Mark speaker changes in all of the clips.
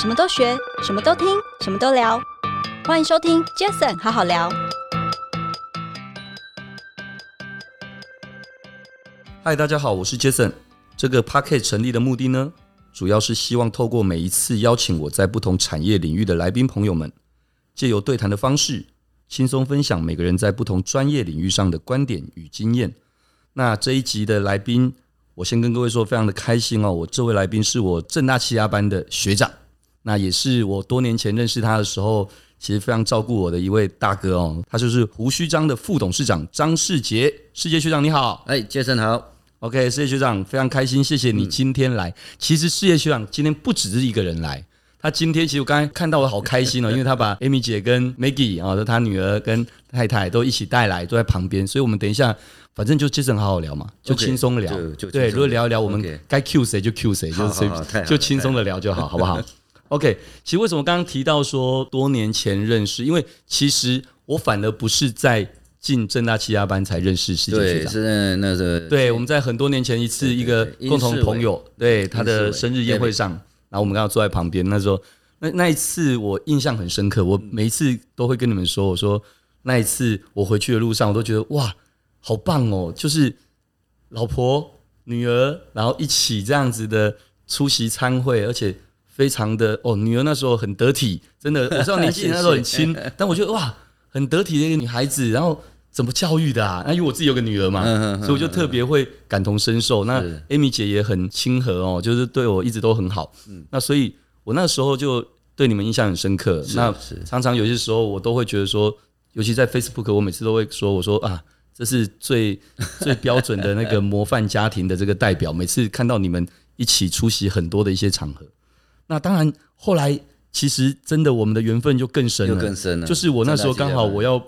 Speaker 1: 什么都学，什么都听，什么都聊。欢迎收听 Jason 好好聊。
Speaker 2: 嗨，大家好，我是 Jason。这个 p a c k a g e 成立的目的呢，主要是希望透过每一次邀请我在不同产业领域的来宾朋友们，借由对谈的方式，轻松分享每个人在不同专业领域上的观点与经验。那这一集的来宾，我先跟各位说，非常的开心哦。我这位来宾是我正大气压班的学长，那也是我多年前认识他的时候，其实非常照顾我的一位大哥哦。他就是胡须章的副董事长张世杰，世杰学长你好。
Speaker 3: 哎，杰森好，
Speaker 2: OK，事业学长非常开心，谢谢
Speaker 3: 嗯
Speaker 2: 你今天来。其实事业学长今天不只是一个人来，他今天其实我刚才看到我好开 心哦，因为他把 Amy 姐跟 Maggie 啊、哦，他女儿跟太太都一起带来，都在旁边，所以我们等一下。反正就 Jason 好好聊嘛，就
Speaker 3: OK，
Speaker 2: 轻松聊。
Speaker 3: 就就轻松
Speaker 2: 对，
Speaker 3: 聊
Speaker 2: 如果聊一聊，我们
Speaker 3: OK
Speaker 2: 该 Q 谁就 Q 谁，就是
Speaker 3: 好
Speaker 2: 随
Speaker 3: 好好太好了
Speaker 2: 就轻松的聊就好，好不 好？OK，其实为什么刚刚提到说多年前认识？因为其实我反而不是在进正大气压班才认识世界学
Speaker 3: 对，
Speaker 2: 长，
Speaker 3: 是那个
Speaker 2: 对，我们在很多年前一次
Speaker 3: 对
Speaker 2: 一个
Speaker 3: 对
Speaker 2: 共同朋友，对
Speaker 3: 英
Speaker 2: 他的
Speaker 3: 世伟
Speaker 2: 生日宴会上，然后我们刚好坐在旁边，那时候那那一次我印象很深刻，我每一次都会跟你们说，我说那一次我回去的路上，我都觉得哇，好棒哦，就是老婆、女儿，然后一起这样子的出席参会，而且非常的哦，女儿那时候很得体，真的，我知道年纪
Speaker 3: 谢谢
Speaker 2: 那时候很轻，但我觉得哇，很得体的一个女孩子，然后怎么教育的啊？那因为我自己有个女儿嘛，
Speaker 3: 嗯嗯嗯
Speaker 2: 所以我就特别会感同身受。那
Speaker 3: 是
Speaker 2: Amy 姐也很亲和哦，就是对我一直都很好。
Speaker 3: 嗯
Speaker 2: 那所以我那时候就对你们印象很深刻。
Speaker 3: 是
Speaker 2: 那
Speaker 3: 是
Speaker 2: 常常有些时候我都会觉得说，尤其在 Facebook，我每次都会说，我说啊。这是最 最标准的那个模范家庭的这个代表。每次看到你们一起出席很多的一些场合，那当然后来其实真的我们的缘分就更深
Speaker 3: 又
Speaker 2: 了，
Speaker 3: 更深了，
Speaker 2: 就是我那时候刚好我
Speaker 3: 要
Speaker 2: 要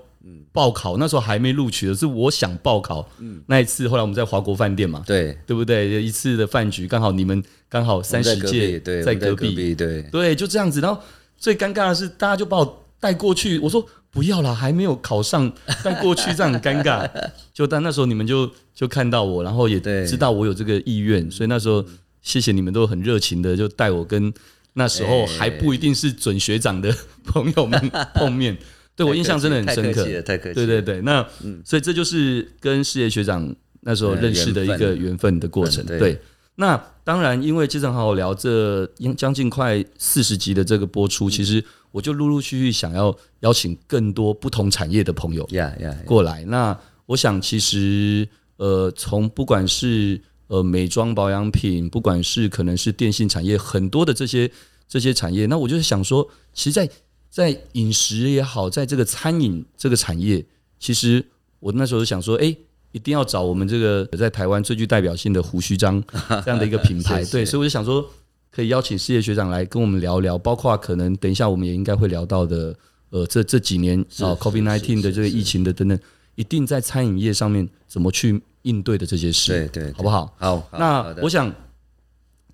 Speaker 2: 报考，那时候还没录取的，是我想报考。
Speaker 3: 嗯
Speaker 2: 那一次后来我们在华国饭店嘛，
Speaker 3: 对
Speaker 2: 对不对？有一次的饭局刚好你们刚好三十届
Speaker 3: 我们在隔壁对，
Speaker 2: 在
Speaker 3: 我们
Speaker 2: 隔
Speaker 3: 隔
Speaker 2: 壁，
Speaker 3: 壁对，
Speaker 2: 对，就这样子。然后最尴尬的是，大家就把我带过去，我说不要啦，还没有考上， 带过去这样很尴尬。就但那时候你们就就看到我，然后也
Speaker 3: 对
Speaker 2: 知道我有这个意
Speaker 3: 嗯
Speaker 2: 愿，所以那时候谢谢你们都很热情的就带我跟那时候还不一定是准学长的朋友们碰面。对我印象真的很深刻，
Speaker 3: 太客气了，太客气了
Speaker 2: 对对对，那、
Speaker 3: 嗯
Speaker 2: 所以这就是跟事业学长那时候认识的一个
Speaker 3: 嗯缘分
Speaker 2: 缘分的过程。
Speaker 3: 嗯对
Speaker 2: 对，那当然，因为经常好好聊这将近快四十集的这个播出，
Speaker 3: 嗯
Speaker 2: 其实我就陆陆续续想要邀请更多不同产业的朋友
Speaker 3: 呀呀，呀
Speaker 2: 过来。那我想，其实呃，从不管是呃美妆保养品，不管是可能是电信产业，很多的这些这些产业，那我就是想说，其实在，在饮食也好，在这个餐饮这个产业，其实我那时候想说，哎、一定要找我们这个在台湾最具代表性的胡须章这样的一个品牌，
Speaker 3: 谢谢
Speaker 2: 对，所以我就想说，可以邀请事业学长来跟我们聊聊，包括可能等一下我们也应该会聊到的，呃，这这几年
Speaker 3: 是
Speaker 2: 啊
Speaker 3: 是
Speaker 2: ，COVID
Speaker 3: 是
Speaker 2: nineteen
Speaker 3: 是
Speaker 2: 的这个疫情的等等，一定在餐饮业上面怎么去应对的这些事，
Speaker 3: 对对对
Speaker 2: 好不好？
Speaker 3: 好，好
Speaker 2: 那
Speaker 3: 好的
Speaker 2: 我想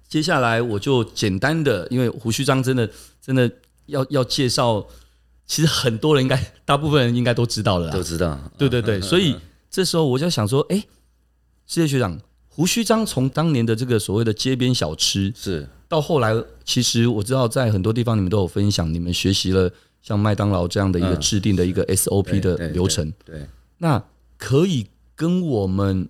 Speaker 2: 接下来我就简单的，因为胡须章真的真的要要介绍，其实很多人应该大部分人应该都知道了啦
Speaker 3: 都知道，
Speaker 2: 对对 对，所以这时候我就想说，哎、世界学长。胡须章从当年的这个所谓的街边小吃，
Speaker 3: 是
Speaker 2: 到后来，其实我知道在很多地方你们都有分享，你们学习了像麦当劳这样的一个
Speaker 3: 嗯
Speaker 2: 制定的一个 SOP
Speaker 3: 对
Speaker 2: 的
Speaker 3: 对
Speaker 2: 流程。
Speaker 3: 对，
Speaker 2: 那可以跟我们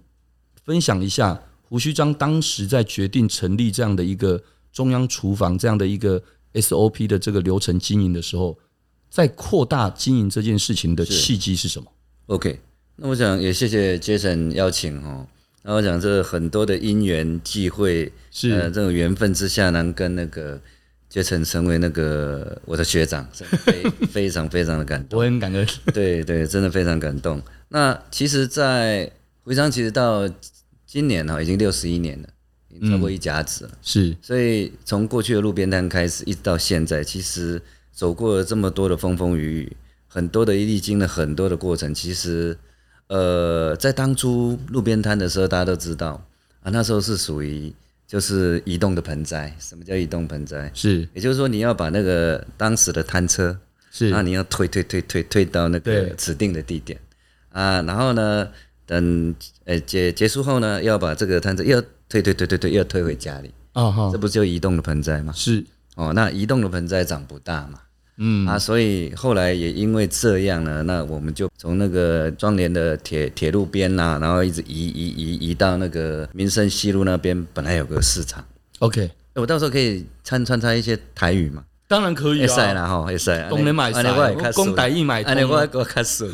Speaker 2: 分享一下胡须章当时在决定成立这样的一个中央厨房这样的一个 SOP 的这个流程经营的时候，在扩大经营这件事情的契机是什么？
Speaker 3: OK，那我想也谢谢 Jason 邀请哦。那我想这很多的因缘际会，
Speaker 2: 是
Speaker 3: 呃、这种缘分之下，能跟那个 Jason 成为那个我的学长，真的非 非常非常的感动。
Speaker 2: 我很感恩，
Speaker 3: 对 对，真的非常感动。那其实，在回想，其实到今年哈、已经六十一年了，已经超过一甲子了。
Speaker 2: 是
Speaker 3: 所以从过去的路边摊开始，一直到现在，其实走过了这么多的风风雨雨，很多的历经了很多的过程。其实，呃，在当初路边摊的时候，大家都知道啊，那时候是属于就是移动的盆栽。什么叫移动盆栽？
Speaker 2: 是
Speaker 3: 也就是说，你要把那个当时的摊车，
Speaker 2: 是
Speaker 3: 那你要推推推推推到那个
Speaker 2: 对
Speaker 3: 指定的地点啊，然后呢，等呃结结束后呢，要把这个摊子又推推推推推，又推回家里。
Speaker 2: 啊哈
Speaker 3: 这，不就移动的盆栽吗？
Speaker 2: 是
Speaker 3: 哦，那移动的盆栽长不大嘛，
Speaker 2: 嗯
Speaker 3: 啊，所以后来也因为这样呢，那我们就从那个庄联的铁铁路边呐、然后一直移移移移到那个民生西路那边，本来有个市场，
Speaker 2: ，OK，
Speaker 3: 诶我到时候可以穿穿插一些台语嘛，
Speaker 2: 当然可以
Speaker 3: 会使
Speaker 2: 啊，
Speaker 3: 啦吼，会使。
Speaker 2: 当然嘛会使
Speaker 3: 安尼我会较
Speaker 2: 哦讲台语嘛会通啊
Speaker 3: 安尼我我 较 顺。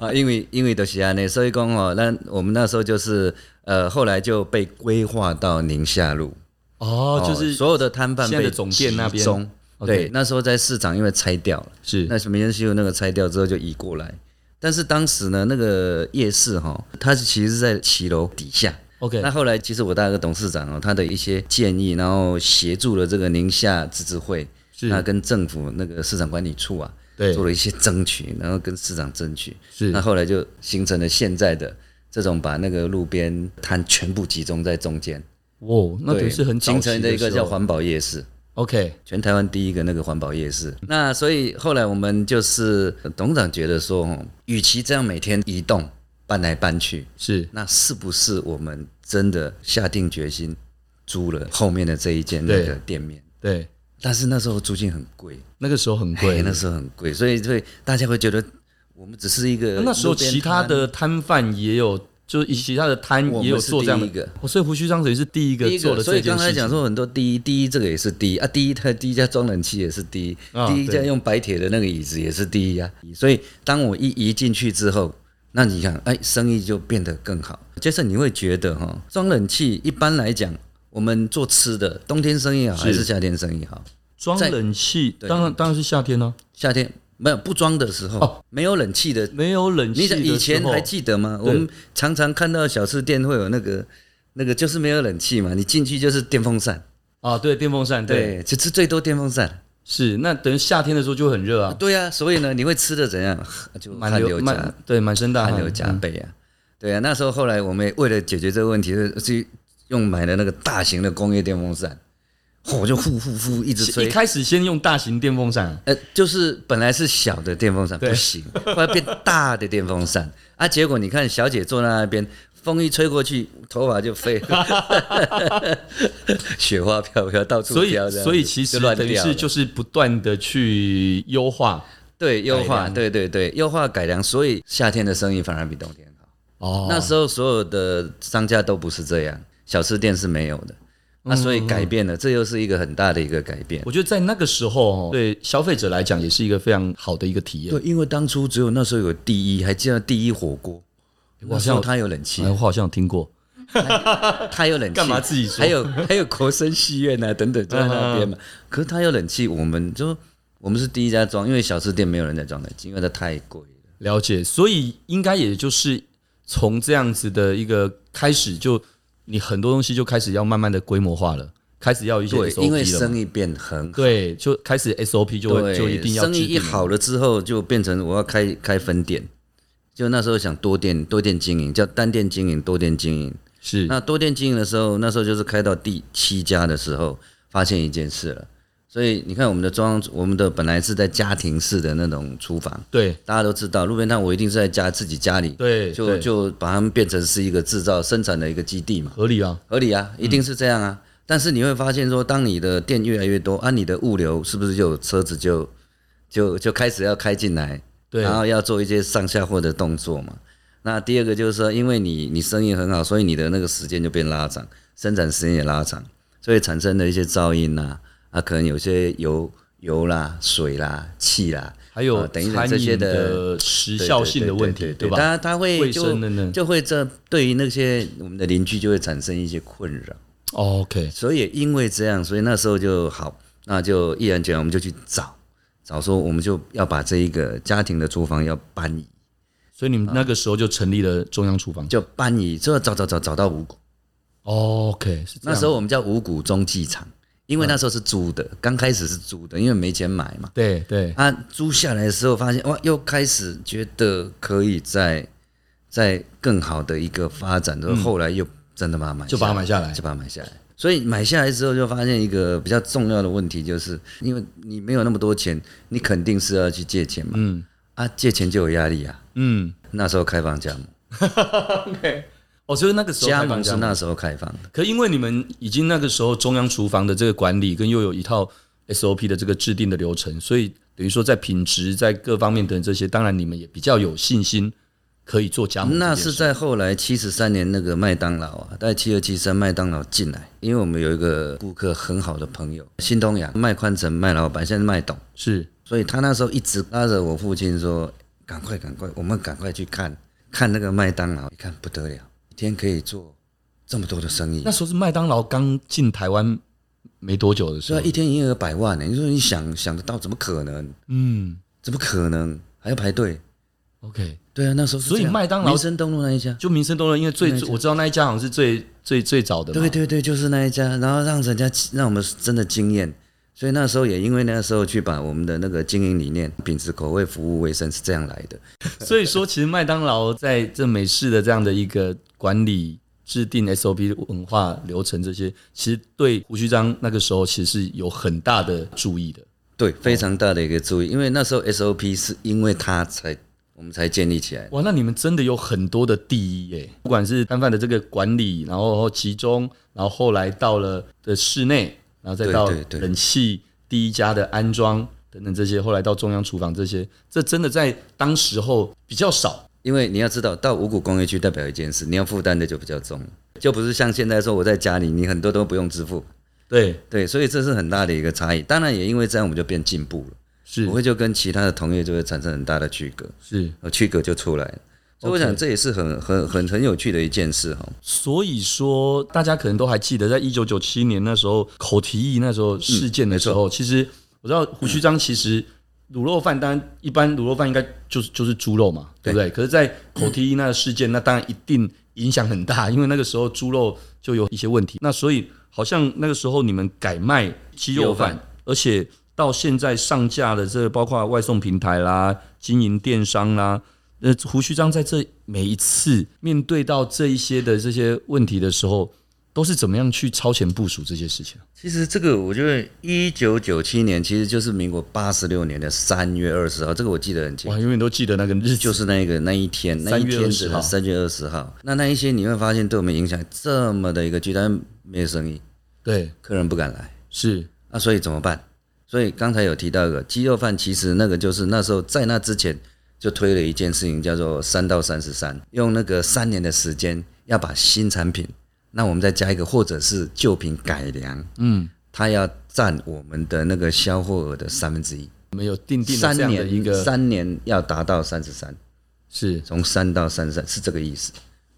Speaker 3: 啊，因为因为都是安尼，所以讲吼，咱我们那时候就是呃，后来就被规划到宁夏路，
Speaker 2: 哦，就是
Speaker 3: 所有的摊贩
Speaker 2: 现在的
Speaker 3: 被
Speaker 2: 总店那边
Speaker 3: 集中
Speaker 2: OK
Speaker 3: 对，那时候在市场因为拆掉了，
Speaker 2: 是
Speaker 3: 那民生西路那个拆掉之后就移过来。但是当时呢，那个夜市哈，它是其实是在骑楼底下，
Speaker 2: OK，
Speaker 3: 那后来，其实我大哥董事长哦，他的一些建议，然后协助了这个宁夏自治会，
Speaker 2: 是
Speaker 3: 那跟政府那个市场管理处啊，
Speaker 2: 对
Speaker 3: 做了一些争取，然后跟市场争取。
Speaker 2: 是
Speaker 3: 那后来就形成了现在的这种把那个路边摊全部集中在中间，
Speaker 2: 哇，那等于
Speaker 3: 对
Speaker 2: 是很早
Speaker 3: 形
Speaker 2: 期
Speaker 3: 成的一个
Speaker 2: 时
Speaker 3: 叫
Speaker 2: 候
Speaker 3: 环保夜市。
Speaker 2: OK，
Speaker 3: 全台湾第一个那个环保夜
Speaker 2: 嗯
Speaker 3: 市。那所以后来我们就是董事长觉得说，哦与其这样每天移动搬来搬去，
Speaker 2: 是
Speaker 3: 那是不是我们真的下定决心租了后面的这一间
Speaker 2: 对
Speaker 3: 那个店面？
Speaker 2: 对，
Speaker 3: 但是那时候租金很贵，
Speaker 2: 那个时候很
Speaker 3: 对，
Speaker 2: 贵，
Speaker 3: 哎那时候很贵，所以所以大家会觉得我们只是一个
Speaker 2: 啊那时候
Speaker 3: 路边
Speaker 2: 其他
Speaker 3: 摊
Speaker 2: 的摊贩也有，就是以其他的摊
Speaker 3: 我们
Speaker 2: 也有
Speaker 3: 是
Speaker 2: 做这样的
Speaker 3: 第一个
Speaker 2: 哦，所以胡须章等于是第一个
Speaker 3: 第一
Speaker 2: 做
Speaker 3: 个，
Speaker 2: 的
Speaker 3: 所
Speaker 2: 这
Speaker 3: 以
Speaker 2: 件
Speaker 3: 刚才
Speaker 2: 事
Speaker 3: 讲
Speaker 2: 情。
Speaker 3: 说很多第一第一这个也是第一啊，第一他第一家装冷气也是第一，
Speaker 2: 啊
Speaker 3: 第一家
Speaker 2: 对
Speaker 3: 用白铁的那个椅子也是第一啊。所以当我一移进去之后，那你看，哎，生意就变得更好。杰森，你会觉得哈、装冷气一般来讲，我们做吃的，冬天生意好还
Speaker 2: 是
Speaker 3: 是夏天生意好？
Speaker 2: 装
Speaker 3: 在
Speaker 2: 冷气，
Speaker 3: 对
Speaker 2: 当然当然是夏天呢、
Speaker 3: 夏天没有不装的时候，
Speaker 2: 哦
Speaker 3: 没有冷气的
Speaker 2: 没有冷
Speaker 3: 你
Speaker 2: 气
Speaker 3: 想
Speaker 2: 的
Speaker 3: 以前
Speaker 2: 时候
Speaker 3: 还记得吗？
Speaker 2: 对
Speaker 3: 我们常常看到小吃店会有那个那个就是没有冷气嘛，你进去就是电风扇，
Speaker 2: 啊？对，电风扇，对，
Speaker 3: 对，就是最多电风扇。
Speaker 2: 是那等于夏天的时候就很热啊，
Speaker 3: 对啊，所以呢，你会吃的怎样？ 就
Speaker 2: 满
Speaker 3: 汗流
Speaker 2: 流
Speaker 3: 浃啊
Speaker 2: 满对满身大汗嗯
Speaker 3: 汗流浃背啊。对啊，那时候后来我们也为了解决这个问题，就去用买了那个大型的工业电风扇，嚯我就呼呼呼一直
Speaker 2: 是一
Speaker 3: 吹。
Speaker 2: 开始先用大型电风扇，啊
Speaker 3: 呃，就是本来是小的电风扇
Speaker 2: 对
Speaker 3: 不行，后来变大的电风扇啊，结果你看小姐坐在那边，风一吹过去，头发就飞了， 雪花飘飘，到处
Speaker 2: 所以
Speaker 3: 飘这样子
Speaker 2: 所以其实
Speaker 3: 就乱
Speaker 2: 等于
Speaker 3: 掉
Speaker 2: 是
Speaker 3: 了
Speaker 2: 就是不断的去优化
Speaker 3: 对优
Speaker 2: 改
Speaker 3: 化，
Speaker 2: 良
Speaker 3: 对对对，优化改良，所以夏天的生意反而比冬天好。
Speaker 2: 哦
Speaker 3: 那时候所有的商家都不是这样，小吃店是没有的，那、所
Speaker 2: 嗯
Speaker 3: 以改变了，这又是一个很大的一个改变。
Speaker 2: 我觉得在那个时候哦，对消费者来讲也是一个非常好的一个体验
Speaker 3: 对，。因为当初只有那时候有第一，还记得第一火锅，
Speaker 2: 我
Speaker 3: 那
Speaker 2: 好
Speaker 3: 时
Speaker 2: 像
Speaker 3: 候
Speaker 2: 有
Speaker 3: 它有冷气
Speaker 2: 哎，，我好像有听过，
Speaker 3: 它哎有冷气，
Speaker 2: 干嘛自己说
Speaker 3: 还有还有国生戏院啊等等就在那边嘛。可是它有冷气，我们就我们是第一家装，因为小吃店没有人在装冷气，因为它太贵了。
Speaker 2: 了解，所以应该也就是从这样子的一个开始就，你很多东西就开始要慢慢的规模化了，开始要有一些
Speaker 3: 对，因为
Speaker 2: SOP 了嘛。
Speaker 3: 生意变很好。
Speaker 2: 对，就开始 SOP 就会
Speaker 3: 对，
Speaker 2: 就一定要
Speaker 3: 生意
Speaker 2: 制
Speaker 3: 一
Speaker 2: 定了
Speaker 3: 好了之后，就变成我要开开分店。就那时候想多店多店经营，叫单店经营，多店经营。
Speaker 2: 是
Speaker 3: 那多店经营的时候，那时候就是开到第七家的时候，发现一件事了。所以你看，我们的装，我们的本来是在家庭式的那种厨房，
Speaker 2: 对
Speaker 3: 大家都知道，路边摊我一定是在家自己家里，
Speaker 2: 对
Speaker 3: 就
Speaker 2: 对
Speaker 3: 就把它们变成是一个制造生产的一个基地嘛，
Speaker 2: 合理啊，
Speaker 3: 合理啊，一定是这样啊。但是你会发现说，当你的店越来越多，啊，你的物流是不是就有车子就就就开始要开进来，
Speaker 2: 对
Speaker 3: 然后要做一些上下货的动作嘛？那第二个就是说，因为你你生意很好，所以你的那个时间就变拉长，生产时间也拉长，所以产生了一些噪音呐、啊，可能有些油油啦、水啦、气啦，
Speaker 2: 还有
Speaker 3: 啊等于
Speaker 2: 餐
Speaker 3: 这些
Speaker 2: 饮
Speaker 3: 的
Speaker 2: 的时效性的问
Speaker 3: 对
Speaker 2: 题，
Speaker 3: 对对对对
Speaker 2: 吧？
Speaker 3: 他他会
Speaker 2: 卫
Speaker 3: 就
Speaker 2: 生的呢
Speaker 3: 就会这对于那些我们的邻居就会产生一些困扰，
Speaker 2: 哦 OK，
Speaker 3: 所以也因为这样，所以那时候就好，那就毅然决然我们就去找找说，我们就要把这一个家庭的厨房要搬移，
Speaker 2: 所以
Speaker 3: 啊
Speaker 2: 你们那个时候就成立了中央厨房。
Speaker 3: 就搬移，就要找找找找到五谷，
Speaker 2: 哦 OK，是这
Speaker 3: 那
Speaker 2: 样
Speaker 3: 时候我们叫五谷中继厂，因为那时候是租的，刚开始是租的，因为没钱买嘛。
Speaker 2: 对对
Speaker 3: 啊，租下来的时候发现哇，又开始觉得可以在在更好的一个发展，然后后来又真的把它买下来，
Speaker 2: 嗯就把它买下来
Speaker 3: 就把它买下来。所以买下来之后，就发现一个比较重要的问题，就是因为你没有那么多钱，你肯定是要去借钱嘛。嗯，啊，借钱就有压力啊。
Speaker 2: 嗯，
Speaker 3: 那时候开放价目，
Speaker 2: 哦，就是那个时候
Speaker 3: 加
Speaker 2: 开放
Speaker 3: 盟是
Speaker 2: 加
Speaker 3: 那时候开放的。
Speaker 2: 可因为你们已经那个时候中央厨房的这个管理跟又有一套 SOP 的这个制定的流程，所以等于说在品质在各方面等这些，当然你们也比较有信心可以做加盟这件
Speaker 3: 那
Speaker 2: 事。
Speaker 3: 是在后来七十三年那个麦当劳啊，在七二七三麦当劳进来，因为我们有一个顾客很好的朋友，新东阳麦宽城麦老板，现在麦董，
Speaker 2: 是
Speaker 3: 所以他那时候一直拉着我父亲说：“赶快，赶快，我们赶快去看看那个麦当劳，一看不得了，一天可以做这么多的生意
Speaker 2: 那，时候是麦当劳刚进台湾没多久的时
Speaker 3: 所
Speaker 2: 候
Speaker 3: 啊以，一天营业额百万呢、你说你想想得到，怎么可能？
Speaker 2: 嗯
Speaker 3: 怎么可能还要排队？
Speaker 2: ，OK，
Speaker 3: 对啊，那时候是
Speaker 2: 所以
Speaker 3: 这样
Speaker 2: 麦当劳
Speaker 3: 民生东路那一家，
Speaker 2: 就民生东路，因为最
Speaker 3: 那一家
Speaker 2: 我知道那一家好像是最最最早的嘛，
Speaker 3: 对对对，就是那一家，然后让人家让我们真的惊艳。所以那时候也因为那时候去把我们的那个经营理念、品质、口味、服务、卫生是这样来的。
Speaker 2: 所以说，其实麦当劳在这美式的这样的一个管理、制定 SOP、文化流程这些，其实对胡须章那个时候其实是有很大的注意的。
Speaker 3: 对，非常大的一个注意，因为那时候 SOP 是因为它才我们才建立起来。
Speaker 2: 哇，那你们真的有很多的第一耶！不管是摊贩的这个管理，然后集中，然后后来到了的室内，然后再到
Speaker 3: 对对对
Speaker 2: 冷气第一家的安装等等这些，后来到中央厨房这些，这真的在当时候比较少。
Speaker 3: 因为你要知道，到五谷工业区代表一件事，你要负担的就比较重，就不是像现在说我在家里，你很多都不用支付。
Speaker 2: 对，
Speaker 3: 对，所以这是很大的一个差异。当然也因为这样，我们就变进步了，
Speaker 2: 是
Speaker 3: 我会就跟其他的同业就会产生很大的区隔。
Speaker 2: 是。
Speaker 3: 呃，区隔就出来了。所以我
Speaker 2: OK
Speaker 3: 想这也是很很很很有趣的一件事哈。
Speaker 2: 所以说，大家可能都还记得，在一九九七年那时候口蹄疫那时候事件的时候，其实我知道胡须章其实卤肉饭，当然一般卤肉饭应该就是就是猪肉嘛，对不对？可是，在口蹄疫那个事件，那当然一定影响很大，因为那个时候猪肉就有一些问题。那所以好像那个时候你们改卖鸡肉
Speaker 3: 鸡
Speaker 2: 饭
Speaker 3: 肉，
Speaker 2: 而且到现在上架的这个包括外送平台啦、经营电商啦，呃，胡须章在这每一次面对到这一些的这些问题的时候，都是怎么样去超前部署这些事情？啊
Speaker 3: 其实这个我觉得，一九九七年其实就是民国八十六年的三月二十号，这个我记得很清
Speaker 2: 我
Speaker 3: 楚，
Speaker 2: 还永远都记得那个日子，
Speaker 3: 就是那一个那一天，那一
Speaker 2: 3月
Speaker 3: 天
Speaker 2: 20号
Speaker 3: 三月二十号。那那一些你会发现对我们影响这么的一个巨大，没有生意，
Speaker 2: 对，
Speaker 3: 客人不敢来，
Speaker 2: 是
Speaker 3: 那啊所以怎么办？所以刚才有提到一个鸡肉饭，其实那个就是那时候在那之前就推了一件事情，叫做三到三十三，用那个三年的时间要把新产品，那我们再加一个或者是旧品改良，嗯，它要占我们的那个销货额的三分之一，
Speaker 2: 没有定定了
Speaker 3: 三
Speaker 2: 这样的一
Speaker 3: 年
Speaker 2: 个
Speaker 3: 三年要达到三十三，
Speaker 2: 是
Speaker 3: 从三到三十三是这个意思。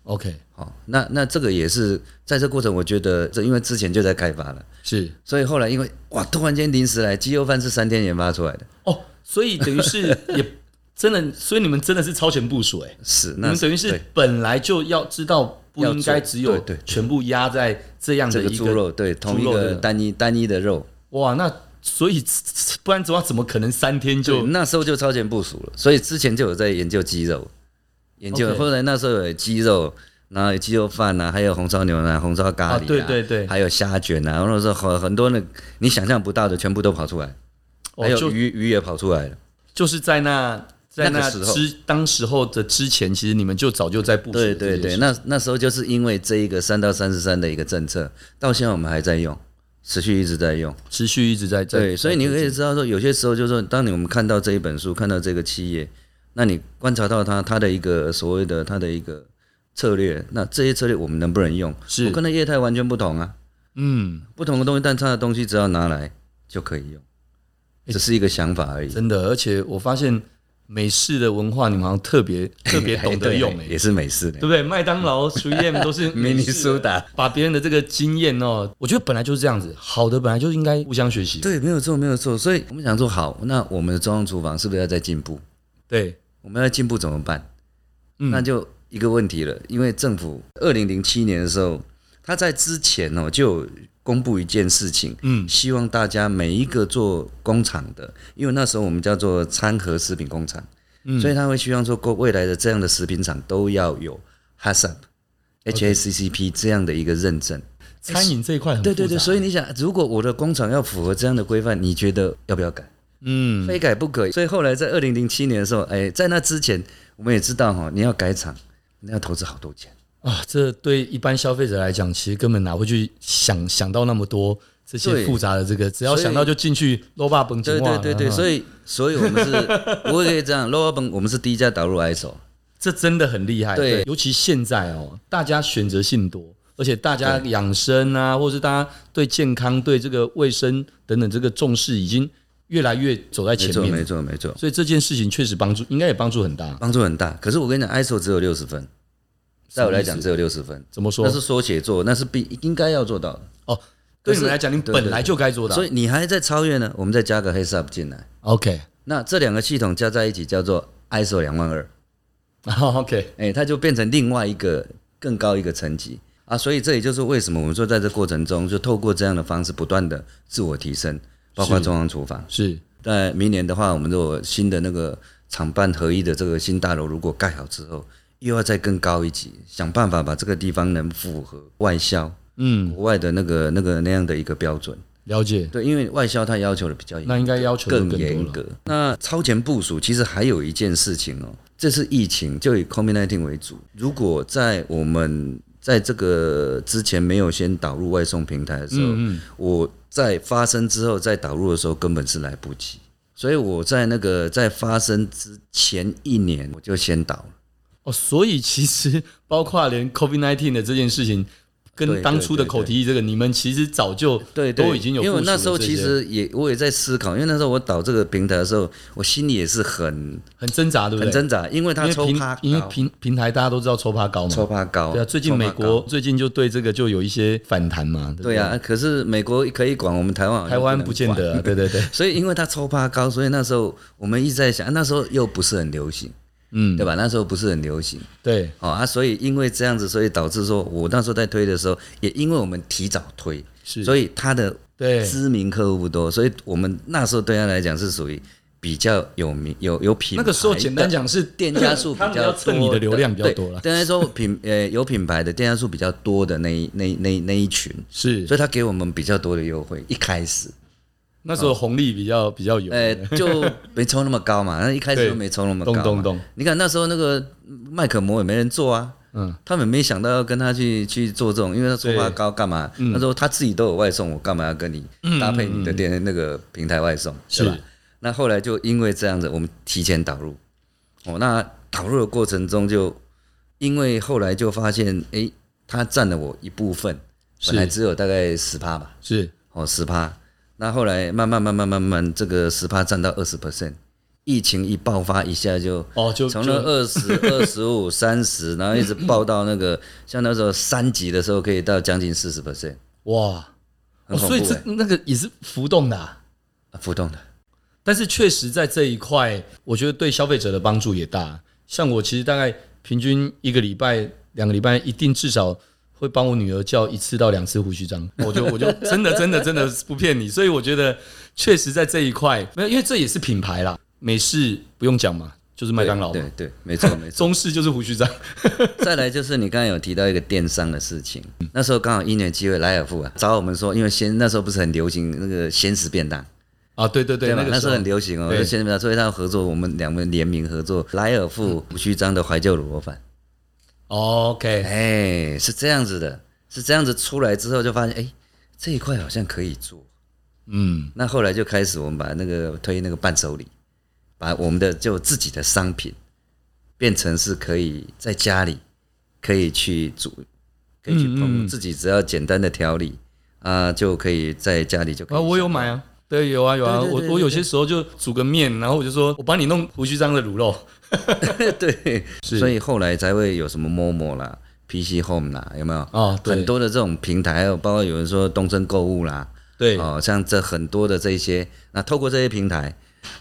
Speaker 2: OK
Speaker 3: 哦，那那这个也是在这过程，我觉得这因为之前就在开发了，
Speaker 2: 是
Speaker 3: 所以后来因为哇，突然间临时来鸡肉饭是三天研发出来的。
Speaker 2: 哦，所以等于是也 真的，所以你们真的是超前部署哎、
Speaker 3: 是，
Speaker 2: 你
Speaker 3: 那
Speaker 2: 们等于
Speaker 3: 对
Speaker 2: 是本来就要知道不
Speaker 3: 要
Speaker 2: 应该
Speaker 3: 做
Speaker 2: 只有
Speaker 3: 对对对
Speaker 2: 全部压在这样
Speaker 3: 这
Speaker 2: 的
Speaker 3: 个
Speaker 2: 一
Speaker 3: 猪肉对同一
Speaker 2: 猪肉这
Speaker 3: 个
Speaker 2: 个
Speaker 3: 单一单一的肉，
Speaker 2: 哇，那所以 不然怎么怎么可能三天
Speaker 3: 就
Speaker 2: 就
Speaker 3: 那时候就超前部署了，所以之前就有在研究鸡肉，研究
Speaker 2: OK
Speaker 3: 后来那时候有鸡肉。然后有鸡肉饭啊，还有红烧牛腩、红烧咖喱、啊
Speaker 2: 啊对对对
Speaker 3: 还有虾卷啊，然后说很很多那你想象不到的全部都跑出来，
Speaker 2: 哦
Speaker 3: 还有
Speaker 2: 就
Speaker 3: 鱼鱼也跑出来了。
Speaker 2: 就是在那在
Speaker 3: 那
Speaker 2: 那
Speaker 3: 个时候
Speaker 2: 之当时候的之前，其实你们就早就在部署
Speaker 3: 对
Speaker 2: 了这件
Speaker 3: 对
Speaker 2: 事。
Speaker 3: 对，那那时候就是因为这一个三到三十三的一个政策，到现在我们还在用，持续一直在用。
Speaker 2: 持续一直在在
Speaker 3: 对，所以你可以知道说，有些时候就是说，当你我们看到这一本书，看到这个企业，那你观察到它它的一个所谓的它的一个策略，那这些策略我们能不能用？
Speaker 2: 是
Speaker 3: 我跟那业态完全不同啊，
Speaker 2: 嗯，
Speaker 3: 不同的东西，但它的东西只要拿来就可以用，只是一个想法而已。
Speaker 2: 真的，而且我发现美式的文化，你们好像特别 特别懂得用、
Speaker 3: 哎
Speaker 2: 欸，
Speaker 3: 也
Speaker 2: 对
Speaker 3: 是美式的
Speaker 2: 不。对？啊麦当 劳、厨 M 都是
Speaker 3: 迷
Speaker 2: 美
Speaker 3: 你
Speaker 2: 式的
Speaker 3: 苏打，
Speaker 2: 把别人的这个经验哦，我觉得本来就是这样子，好的本来就应该互相学习。
Speaker 3: 对，没有错，没有错。所以我们想说，好，那我们的中央厨房是不是要再进步？
Speaker 2: 对，
Speaker 3: 我们要进步怎么办？
Speaker 2: 嗯
Speaker 3: 那就一个问题了，因为政府二零零七年的时候，他在之前哦就有公布一件事情，
Speaker 2: 嗯，
Speaker 3: 希望大家每一个做工厂的，因为那时候我们叫做餐盒食品工厂，
Speaker 2: 嗯
Speaker 3: 所以他会希望说，过未来的这样的食品厂都要有 HACCP、HACCP 这样的一个认证。
Speaker 2: 餐饮这一块很
Speaker 3: 对对对，所
Speaker 2: 以
Speaker 3: 以你想，如果我的工厂要符合这样的规范，你觉得要不要改？
Speaker 2: 嗯，
Speaker 3: 非改不可。所以后来在二零零七年的时候，哎，在那之前，我们也知道哈、你要改厂，你要投资好多钱，
Speaker 2: 啊，这对一般消费者来讲，其实根本哪会去想想到那么多这些
Speaker 3: 对
Speaker 2: 复杂的这个，只要
Speaker 3: 所以
Speaker 2: 想到就进去肉霸崩
Speaker 3: 对对对对，
Speaker 2: 以
Speaker 3: 所以所以我们是，我也可以这样，罗本我们是第一家导入 ISO，
Speaker 2: 这真的很厉害。
Speaker 3: 对
Speaker 2: 尤其现在哦，大家选择性多，而且大家养生啊，或是大家对健康、对这个卫生等等这个重视，已经越来越走在
Speaker 3: 没
Speaker 2: 前
Speaker 3: 错没
Speaker 2: 面。
Speaker 3: 错没错，
Speaker 2: 所以这件事情确实帮助，应该也帮助很大。
Speaker 3: 帮助很大。可是我跟你讲，ISO 只有六十分，在我来讲只有六十分，
Speaker 2: 怎么说
Speaker 3: 那？是缩写作，那是必应该要做到的。
Speaker 2: 哦，对你们
Speaker 3: 可是
Speaker 2: 来讲，你
Speaker 3: 对
Speaker 2: 本来
Speaker 3: 对
Speaker 2: 就该做到。
Speaker 3: 所以你还在超越呢，我们再加个 h e s u p 进来，
Speaker 2: OK，
Speaker 3: 那这两个系统加在一起叫做 ISO 两万二，
Speaker 2: o k
Speaker 3: 哎，它就变成另外一个更高一个层级啊。所以这也就是为什么我们说在这过程中，就透过这样的方式不断的自我提升，包括
Speaker 2: 是
Speaker 3: 中央厨房。
Speaker 2: 是
Speaker 3: 在明年的话，我们如果新的那个厂办合一的这个新大楼如果盖好之后，又要再更高一级，想办法把这个地方能符合外销、
Speaker 2: 嗯，
Speaker 3: 国外的那个那个那样的一个标准。
Speaker 2: 了解。
Speaker 3: 对，因为外销它要求的比较严，
Speaker 2: 那应该要求就
Speaker 3: 更
Speaker 2: 多
Speaker 3: 严
Speaker 2: 了。
Speaker 3: 格。那超前部署其实还有一件事情哦，这是疫情，就以 COVID-19 为主。如果在我们在这个之前没有先导入外送平台的时候，
Speaker 2: 嗯嗯，
Speaker 3: 我在发生之后再导入的时候根本是来不及，所以我在那个在发生之前一年我就先导了。
Speaker 2: 哦，所以其 实包括连 COVID nineteen 的这件事情，跟
Speaker 3: 对
Speaker 2: 当初的
Speaker 3: 对对
Speaker 2: 口蹄疫这个，你们其实早就
Speaker 3: 对
Speaker 2: 都已经有部
Speaker 3: 因
Speaker 2: 署
Speaker 3: 为
Speaker 2: 了这些，
Speaker 3: 我那时候其实也我也在思考，因为那时候我导这个平台的时候，我心里也是很
Speaker 2: 很挣扎，对不
Speaker 3: 很
Speaker 2: 对？
Speaker 3: 挣扎，因为他抽
Speaker 2: 因为
Speaker 3: 趴
Speaker 2: 平因为
Speaker 3: 高，
Speaker 2: 平平台大家都知道抽趴高嘛，
Speaker 3: 抽趴高，
Speaker 2: 对啊，最近
Speaker 3: 抽趴
Speaker 2: 美国
Speaker 3: 高
Speaker 2: 最近就对这个就有一些反弹嘛，对不对
Speaker 3: 对啊，，可是美国可以管，我们台湾好像
Speaker 2: 台湾
Speaker 3: 能
Speaker 2: 不见
Speaker 3: 管
Speaker 2: 得啊，对对对，
Speaker 3: 所以因为它抽趴高，所以那时候我们一直在想，啊那时候又不是很流行，
Speaker 2: 嗯
Speaker 3: 对，吧？那时候不是很流行，
Speaker 2: 对，
Speaker 3: 哦啊，所以因为这样子，所以导致说我那时候在推的时候，也因为我们提早推，
Speaker 2: 是，
Speaker 3: 所
Speaker 2: 以
Speaker 3: 以它的
Speaker 2: 对
Speaker 3: 知名客户不多，所以我们那时候对他来讲是属于比较有名有有品
Speaker 2: 那
Speaker 3: 牌
Speaker 2: 个
Speaker 3: 的。
Speaker 2: 时候简单讲是
Speaker 3: 店家数比
Speaker 2: 他
Speaker 3: 较
Speaker 2: 们
Speaker 3: 多
Speaker 2: 要蹭你的流量比较 多了，
Speaker 3: 对，应该说品呃有品牌的店家数比较多的那一那一那一那一群，
Speaker 2: 是
Speaker 3: 所，以他给我们比较多的优惠。一开始，
Speaker 2: 那时候红利比较比较有，
Speaker 3: 呃，就没抽那么高 嘛，那一开始
Speaker 2: 对
Speaker 3: 就没抽那么高
Speaker 2: 咚咚
Speaker 3: 嘛。
Speaker 2: 咚，
Speaker 3: 你看那时候那个麦克摩也没人做啊，
Speaker 2: 嗯，
Speaker 3: 他们没想到要跟他去去做这种，因为他说话高干嘛？
Speaker 2: 嗯
Speaker 3: 他说他自己都有外送，我干嘛要跟你搭配你的店那个平台外送，
Speaker 2: 嗯是
Speaker 3: 对吧？那后来就因为这样子，我们提前导入，哦，那导入的过程中就因为后来就发现，诶，他占了我一部分，
Speaker 2: 是
Speaker 3: 本来只有大概十趴吧，
Speaker 2: 是
Speaker 3: 哦，十趴。那后来慢慢慢慢慢慢，这个十趴占到二十 percent，疫情一爆发，一下就
Speaker 2: 哦，就
Speaker 3: 从
Speaker 2: 就
Speaker 3: 了二十二十五、三十，然后一直报到那个，像那时候三级的时候，可以到将近四十 percent，
Speaker 2: 哇，哦，
Speaker 3: 很恐
Speaker 2: 所以
Speaker 3: 怖、
Speaker 2: 这
Speaker 3: 欸
Speaker 2: 那个也是浮动的啊、
Speaker 3: 啊浮动的。
Speaker 2: 但是确实在这一块，我觉得对消费者的帮助也大。像我其实大概平均一个礼拜、两个礼拜，一定至少会帮我女儿叫一次到两次胡须章。我就我 就真的真的真的不骗你，所以我觉得确实在这一块，没有，因为这也是品牌啦，美式不用讲嘛，就是麦当劳
Speaker 3: 对
Speaker 2: 嘛，
Speaker 3: 对，对没错 没错。
Speaker 2: 中式就是胡须章。
Speaker 3: 再来就是你刚才有提到一个电商的事情，那时候刚好因缘机会，莱尔富啊找我们说，因为先那时候不是很流行那个鲜食便当，
Speaker 2: 啊，对对对，
Speaker 3: 吧？
Speaker 2: 个
Speaker 3: 那
Speaker 2: 时
Speaker 3: 时候很流行哦，
Speaker 2: 对嗯
Speaker 3: 就鲜食便当，所以他要合作，我们两个联名合作，莱尔富胡须章的怀旧卤肉饭，
Speaker 2: 哦 OK，
Speaker 3: 哎，是这样子的，是这样子出来之后就发现，哎，这一块好像可以做。
Speaker 2: 嗯，
Speaker 3: 那后来就开始我们把那个推那个伴手礼，把我们的就自己的商品变成是可以在家里可以去煮，可以去烹，
Speaker 2: 嗯嗯嗯
Speaker 3: 自己只要简单的调理啊、就可以在家里就可以。
Speaker 2: 啊，我有买啊。对，有啊有啊，
Speaker 3: 对对
Speaker 2: 我
Speaker 3: 对
Speaker 2: 我
Speaker 3: 对
Speaker 2: 有
Speaker 3: 对
Speaker 2: 些时候就煮个面，然后我就说，我帮你弄胡须章的卤肉，
Speaker 3: 对，
Speaker 2: 是
Speaker 3: 所以后来才会有什么 Momo 啦、PC Home 啦，有没有？
Speaker 2: 啊，对
Speaker 3: 很多的这种平台，还有包括有人说东升购物啦，
Speaker 2: 对，
Speaker 3: 哦，像这很多的这一些，那透过这些平台，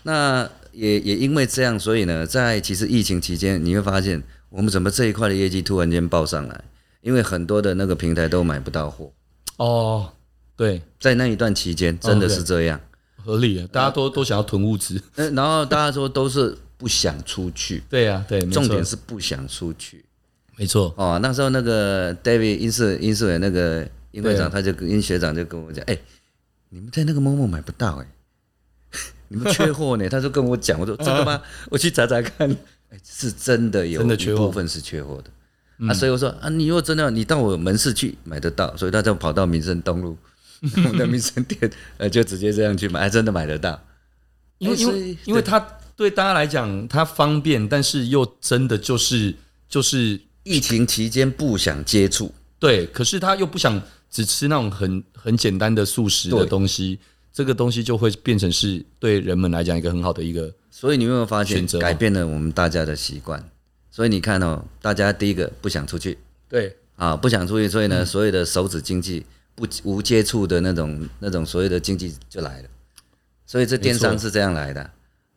Speaker 3: 那也也因为这样，所以呢，在其实疫情期间，你会发现我们怎么这一块的业绩突然间爆上来，因为很多的那个平台都买不到货，
Speaker 2: 哦，对，
Speaker 3: 在那一段期间真的
Speaker 2: 哦对
Speaker 3: 是这样。
Speaker 2: 合理啊，大家都、都想要囤物资。
Speaker 3: 嗯，然后大家说都是不想出去，
Speaker 2: 对呀、啊，对，没错
Speaker 3: 重点是不想出去。
Speaker 2: 没错，
Speaker 3: 哦，那时候那个 David 英式英式的那个英会
Speaker 2: 对
Speaker 3: 长，
Speaker 2: 啊
Speaker 3: 他就跟英学长就跟我讲，哎、你们在那个某某买不到哎、 你们缺货呢？他就跟 我讲，我说真的吗？我去查查看，哎、是真的有
Speaker 2: 真的缺
Speaker 3: 一
Speaker 2: 货嗯
Speaker 3: 部分是缺货的。啊，所以我说啊，你如果真的要你到我门市去买得到，所以大家跑到民生 东路我们的民生店，呃，就直接这样去买，还真的买得到。
Speaker 2: 因为
Speaker 3: 哎
Speaker 2: 因
Speaker 3: 所以
Speaker 2: 为因为它对大家来讲，它方便，但是又真的就是就是
Speaker 3: 疫情期间不想接触，
Speaker 2: 对，可是他又不想只吃那种很很简单的素食的
Speaker 3: 对
Speaker 2: 东西，这个东西就会变成是对人们来讲一个很好的一个
Speaker 3: 所以你有没有发
Speaker 2: 选
Speaker 3: 现
Speaker 2: 择嘛
Speaker 3: 改变了我们大家的习惯？所以你看哦，大家第一个不想出去
Speaker 2: 对
Speaker 3: 啊，不想出去，所以
Speaker 2: 嗯
Speaker 3: 呢，所有的手指经济不无接触的那种那种所有的经济就来了。所以这电
Speaker 2: 没
Speaker 3: 商
Speaker 2: 错
Speaker 3: 是这样来的。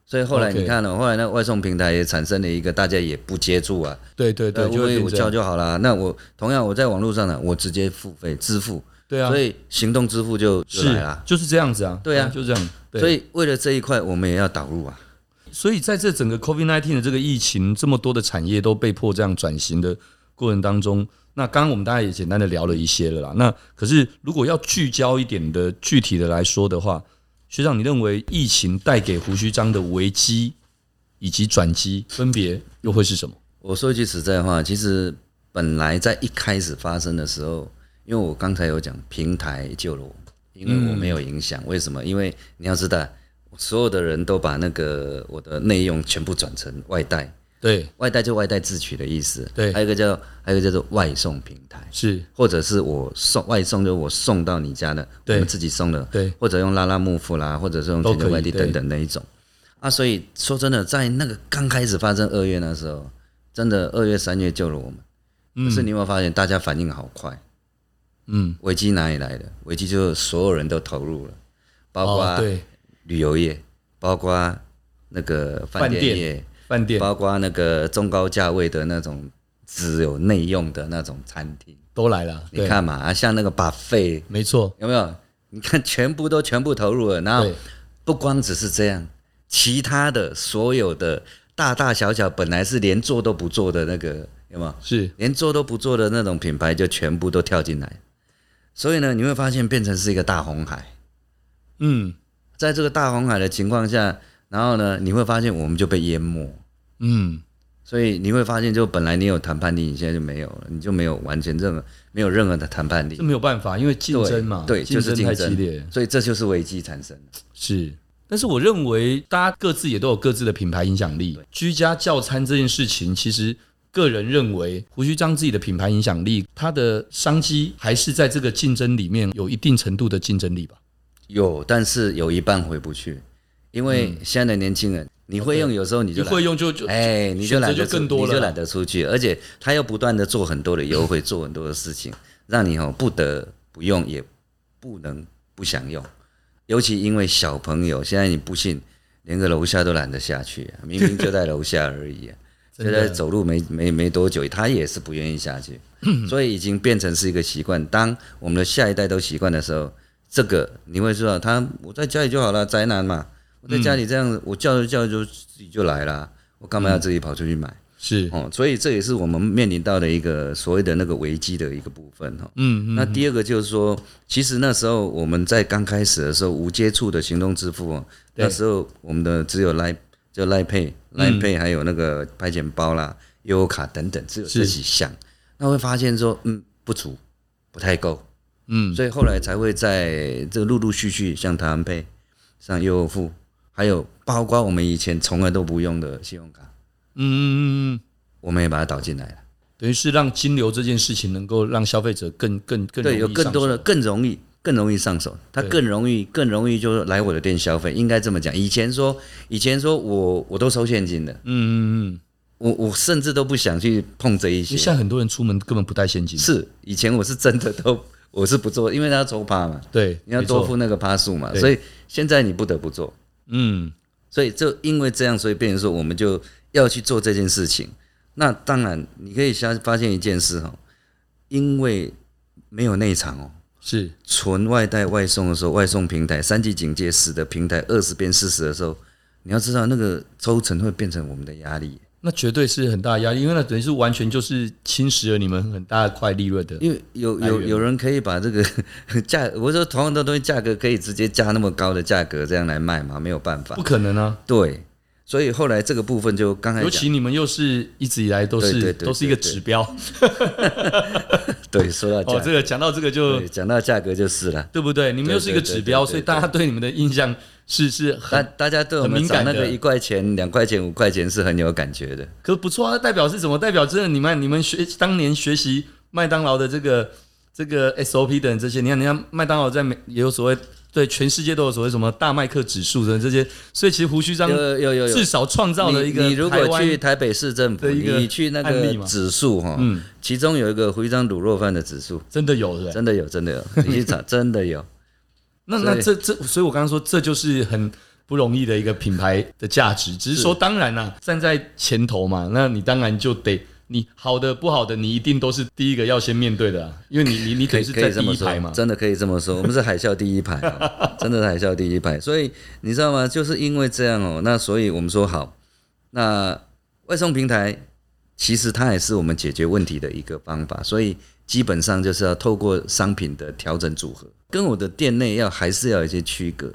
Speaker 3: 所以后来
Speaker 2: OK
Speaker 3: 你看了、哦后来那外送平台也产生了一个大家也不接触啊，
Speaker 2: 对对对，
Speaker 3: 呃
Speaker 2: 就
Speaker 3: 我
Speaker 2: 会
Speaker 3: 有
Speaker 2: 变这
Speaker 3: 叫
Speaker 2: 样
Speaker 3: 就好了。那我同样我在网络上呢，我直接付费支付，
Speaker 2: 对啊，
Speaker 3: 所以行动支付就就是来了。
Speaker 2: 就是这样子啊，
Speaker 3: 对啊
Speaker 2: 就这样，对
Speaker 3: 所以为了这一块，我们也要导入啊。
Speaker 2: 所以在这整个 COVID 1 9的这个疫情，这么多的产业都被迫这样转型的过程当中，那刚刚我们大家也简单的聊了一些了啦。那可是如果要聚焦一点的具体的来说的话，学长，你认为疫情带给胡须章的危机以及转机分别又会是什么？
Speaker 3: 我说一句实在话，其实本来在一开始发生的时候，因为我刚才有讲平台救了我，因为我没有影响。为什么？因为你要知道，所有的人都把那个我的内用全部转成外带，
Speaker 2: 对，
Speaker 3: 外带就外带自取的意思。
Speaker 2: 对
Speaker 3: 还有一个叫还有一个叫做外送平台，
Speaker 2: 是，
Speaker 3: 或者是我送外送，就是我送到你家的，我
Speaker 2: 对
Speaker 3: 们自己送的，
Speaker 2: 对，
Speaker 3: 或者用拉拉木付啦，或者是用
Speaker 2: 都
Speaker 3: 全
Speaker 2: 可以
Speaker 3: 球外地
Speaker 2: 对
Speaker 3: 等等那一种。啊，所以说真的，在那个刚开始发生二月那时候，真的二月三月救了我们。可是你有没有发现，大家反应好快？
Speaker 2: 嗯，
Speaker 3: 危机哪里来的？危机就是所有人都投入了，包
Speaker 2: 哦，
Speaker 3: 括啊
Speaker 2: 对，
Speaker 3: 旅游业，包括那个饭
Speaker 2: 饭
Speaker 3: 店
Speaker 2: 店
Speaker 3: 业，
Speaker 2: 饭店
Speaker 3: 包括那个中高价位的那种只有内用的那种餐厅。
Speaker 2: 都来了，
Speaker 3: 你
Speaker 2: 对，
Speaker 3: 看嘛，啊，像那个把费
Speaker 2: 没错，
Speaker 3: 有没有？你看，全部都全部投入了，然后
Speaker 2: 对，
Speaker 3: 不光只是这样，其他的所有的大大小小本来是连做都不做的那个，有没有？
Speaker 2: 是，
Speaker 3: 连做都不做的那种品牌就全部都跳进来，所以呢，你会发现变成是一个大红海。
Speaker 2: 嗯
Speaker 3: 在这个大红海的情况下，然后呢，你会发现我们就被淹没。
Speaker 2: 嗯，
Speaker 3: 所以你会发现，就本来你有谈判力，你现在就没有了，你就没有完全任何没有任何的谈判力
Speaker 2: 这。没有办法，因为竞争嘛，
Speaker 3: 对，对
Speaker 2: 竞
Speaker 3: 就是
Speaker 2: 争
Speaker 3: 竞
Speaker 2: 太
Speaker 3: 争
Speaker 2: 激烈，
Speaker 3: 所以这就是危机产生的。
Speaker 2: 是，但是我认为大家各自也都有各自的品牌影响力。居家教餐这件事情，其实个人认为胡须章自己的品牌影响力，它的商机还是在这个竞争里面有一定程度的竞争力吧。
Speaker 3: 有，但是有一半回不去，因为现在的年轻人，你会用，有时候你
Speaker 2: 嗯你
Speaker 3: 就懒
Speaker 2: 会用就就
Speaker 3: 哎，你就
Speaker 2: 选择
Speaker 3: 懒
Speaker 2: 就
Speaker 3: 得
Speaker 2: 更多
Speaker 3: 出你就
Speaker 2: 了
Speaker 3: 懒得出去，而且他又不断的做很多的优惠，做很多的 事情，让你哦不得不用，也不能不享用。尤其因为小朋友，现在你不信，连个楼下都懒得下去、啊，明明就在楼下而已、啊，
Speaker 2: 真
Speaker 3: 就
Speaker 2: 的
Speaker 3: 在走路没没没多久，他也是不愿意 下去，所以已经变成是一个习惯。当我们的下一代都习惯的时候，这个你会知道，他我在家里就好了，宅男嘛，我在家里这样，我叫着叫着就自己就来了，我干
Speaker 2: 嗯
Speaker 3: 嘛要自己跑出去买？
Speaker 2: 是，
Speaker 3: 哦，所以这也是我们面临到的一个所谓的那个危机的一个部分哈、哦。
Speaker 2: 嗯
Speaker 3: 那第二个就是说，其实那时候我们在刚开始的时候，无接触的行动支付哦，
Speaker 2: 对嗯
Speaker 3: 那时候我们的只有来就来 pay、来 pay，还有那个拍钱包啦、悠游卡等等，只有这
Speaker 2: 是
Speaker 3: 几项。那会发现说，嗯，不足，不太够，
Speaker 2: 嗯，
Speaker 3: 所以后来才会在这陆陆续续像台湾 pay、像悠游付，还有包括我们以前从来都不用的信用卡，
Speaker 2: 嗯嗯嗯嗯，
Speaker 3: 我们也把它导进来了。
Speaker 2: 等于是让金流这件事情能够让消费者更更更
Speaker 3: 对，有
Speaker 2: 容易上
Speaker 3: 更多的
Speaker 2: 手
Speaker 3: 更容易更容易上手，他
Speaker 2: 对
Speaker 3: 更容易更容易就是来我的店消费，应该这么讲。以前说以前说我我都收现金的，
Speaker 2: 嗯嗯嗯，
Speaker 3: 我我甚至都不想去碰这一
Speaker 2: 因为
Speaker 3: 些。
Speaker 2: 现在很多人出门根本不带现金，
Speaker 3: 是以前我是真的都我是不做，因为他要抽趴嘛，
Speaker 2: 对，
Speaker 3: 你要
Speaker 2: 没错
Speaker 3: 多付那个趴数嘛，
Speaker 2: 对
Speaker 3: 所以现在你不得不做。
Speaker 2: 嗯
Speaker 3: 所以就因为这样，所以变成说我们就要去做这件事情。那当然，你可以发发现一件事哦，因为没有内场哦，
Speaker 2: 是，
Speaker 3: 纯外带外送的时候，外送平台三级警戒使得平台二十变四十的时候，你要知道那个抽成会变成我们的压力，
Speaker 2: 那绝对是很大的压力，因为那等于是完全就是侵蚀了你们很大的块利润的。
Speaker 3: 因为有
Speaker 2: 来
Speaker 3: 有
Speaker 2: 源
Speaker 3: 有人可以把这个价，我说同样的东西价格可以直接加那么高的价格这样来卖嘛，没有办法
Speaker 2: 不，可能啊！
Speaker 3: 对，所以后来这个部分就刚才
Speaker 2: 尤
Speaker 3: 讲，
Speaker 2: 其你们又是一直以来都
Speaker 3: 对
Speaker 2: 是
Speaker 3: 对对
Speaker 2: 都是一个
Speaker 3: 对对
Speaker 2: 指标
Speaker 3: 对说到价
Speaker 2: 哦，
Speaker 3: 格，
Speaker 2: 这个讲到这个就
Speaker 3: 对讲到价格就是了。
Speaker 2: 对不对？你们
Speaker 3: 对
Speaker 2: 又是一个
Speaker 3: 对对
Speaker 2: 指标，
Speaker 3: 对对
Speaker 2: 所以大家对你们的印象是是
Speaker 3: 大
Speaker 2: 很，
Speaker 3: 大家对我
Speaker 2: 很
Speaker 3: 们
Speaker 2: 敏
Speaker 3: 涨
Speaker 2: 感
Speaker 3: 那个
Speaker 2: 的
Speaker 3: 一块钱、两块钱、五块钱是很有感觉的。
Speaker 2: 可是不错啊，代表是什么？代表真的你们你们学当年学习麦当劳的这个这个 SOP 等这些，你看人家麦当劳在美也有所谓。对，全世界都有所谓什么大麦克指数的这些，所以其实胡须章
Speaker 3: 有有有有
Speaker 2: 至少创造了一个
Speaker 3: 你。你如
Speaker 2: 台
Speaker 3: 果
Speaker 2: 湾
Speaker 3: 去台北市政府，
Speaker 2: 的一个
Speaker 3: 你去那
Speaker 2: 案例
Speaker 3: 个
Speaker 2: 嘛
Speaker 3: 指数哈，
Speaker 2: 嗯
Speaker 3: 其中有一个徽章卤肉饭的指数，
Speaker 2: 真的有对不对
Speaker 3: 真的有，真的有，你 去查，真的有。
Speaker 2: 那
Speaker 3: 所以
Speaker 2: 那这这，所以我刚刚说这就是很不容易的一个品牌的价值。只是说，当然啦、站在前头嘛，那你当然就得你好的不好的，你一定都是第一个要先面对的、啊，因为你你你可
Speaker 3: 可以
Speaker 2: 能是
Speaker 3: 可
Speaker 2: 在
Speaker 3: 以这
Speaker 2: 第
Speaker 3: 么
Speaker 2: 一
Speaker 3: 说
Speaker 2: 排嘛，。
Speaker 3: 真的可以这么说，我们是海啸第一排哦、真的是海啸第一排。所以你知道吗？就是因为这样哦，那所以我们说好，那外送平台其实它也是我们解决问题的一个方法，所以基本上就是要透过商品的调整组合，跟我的店内要还是要有一些区隔。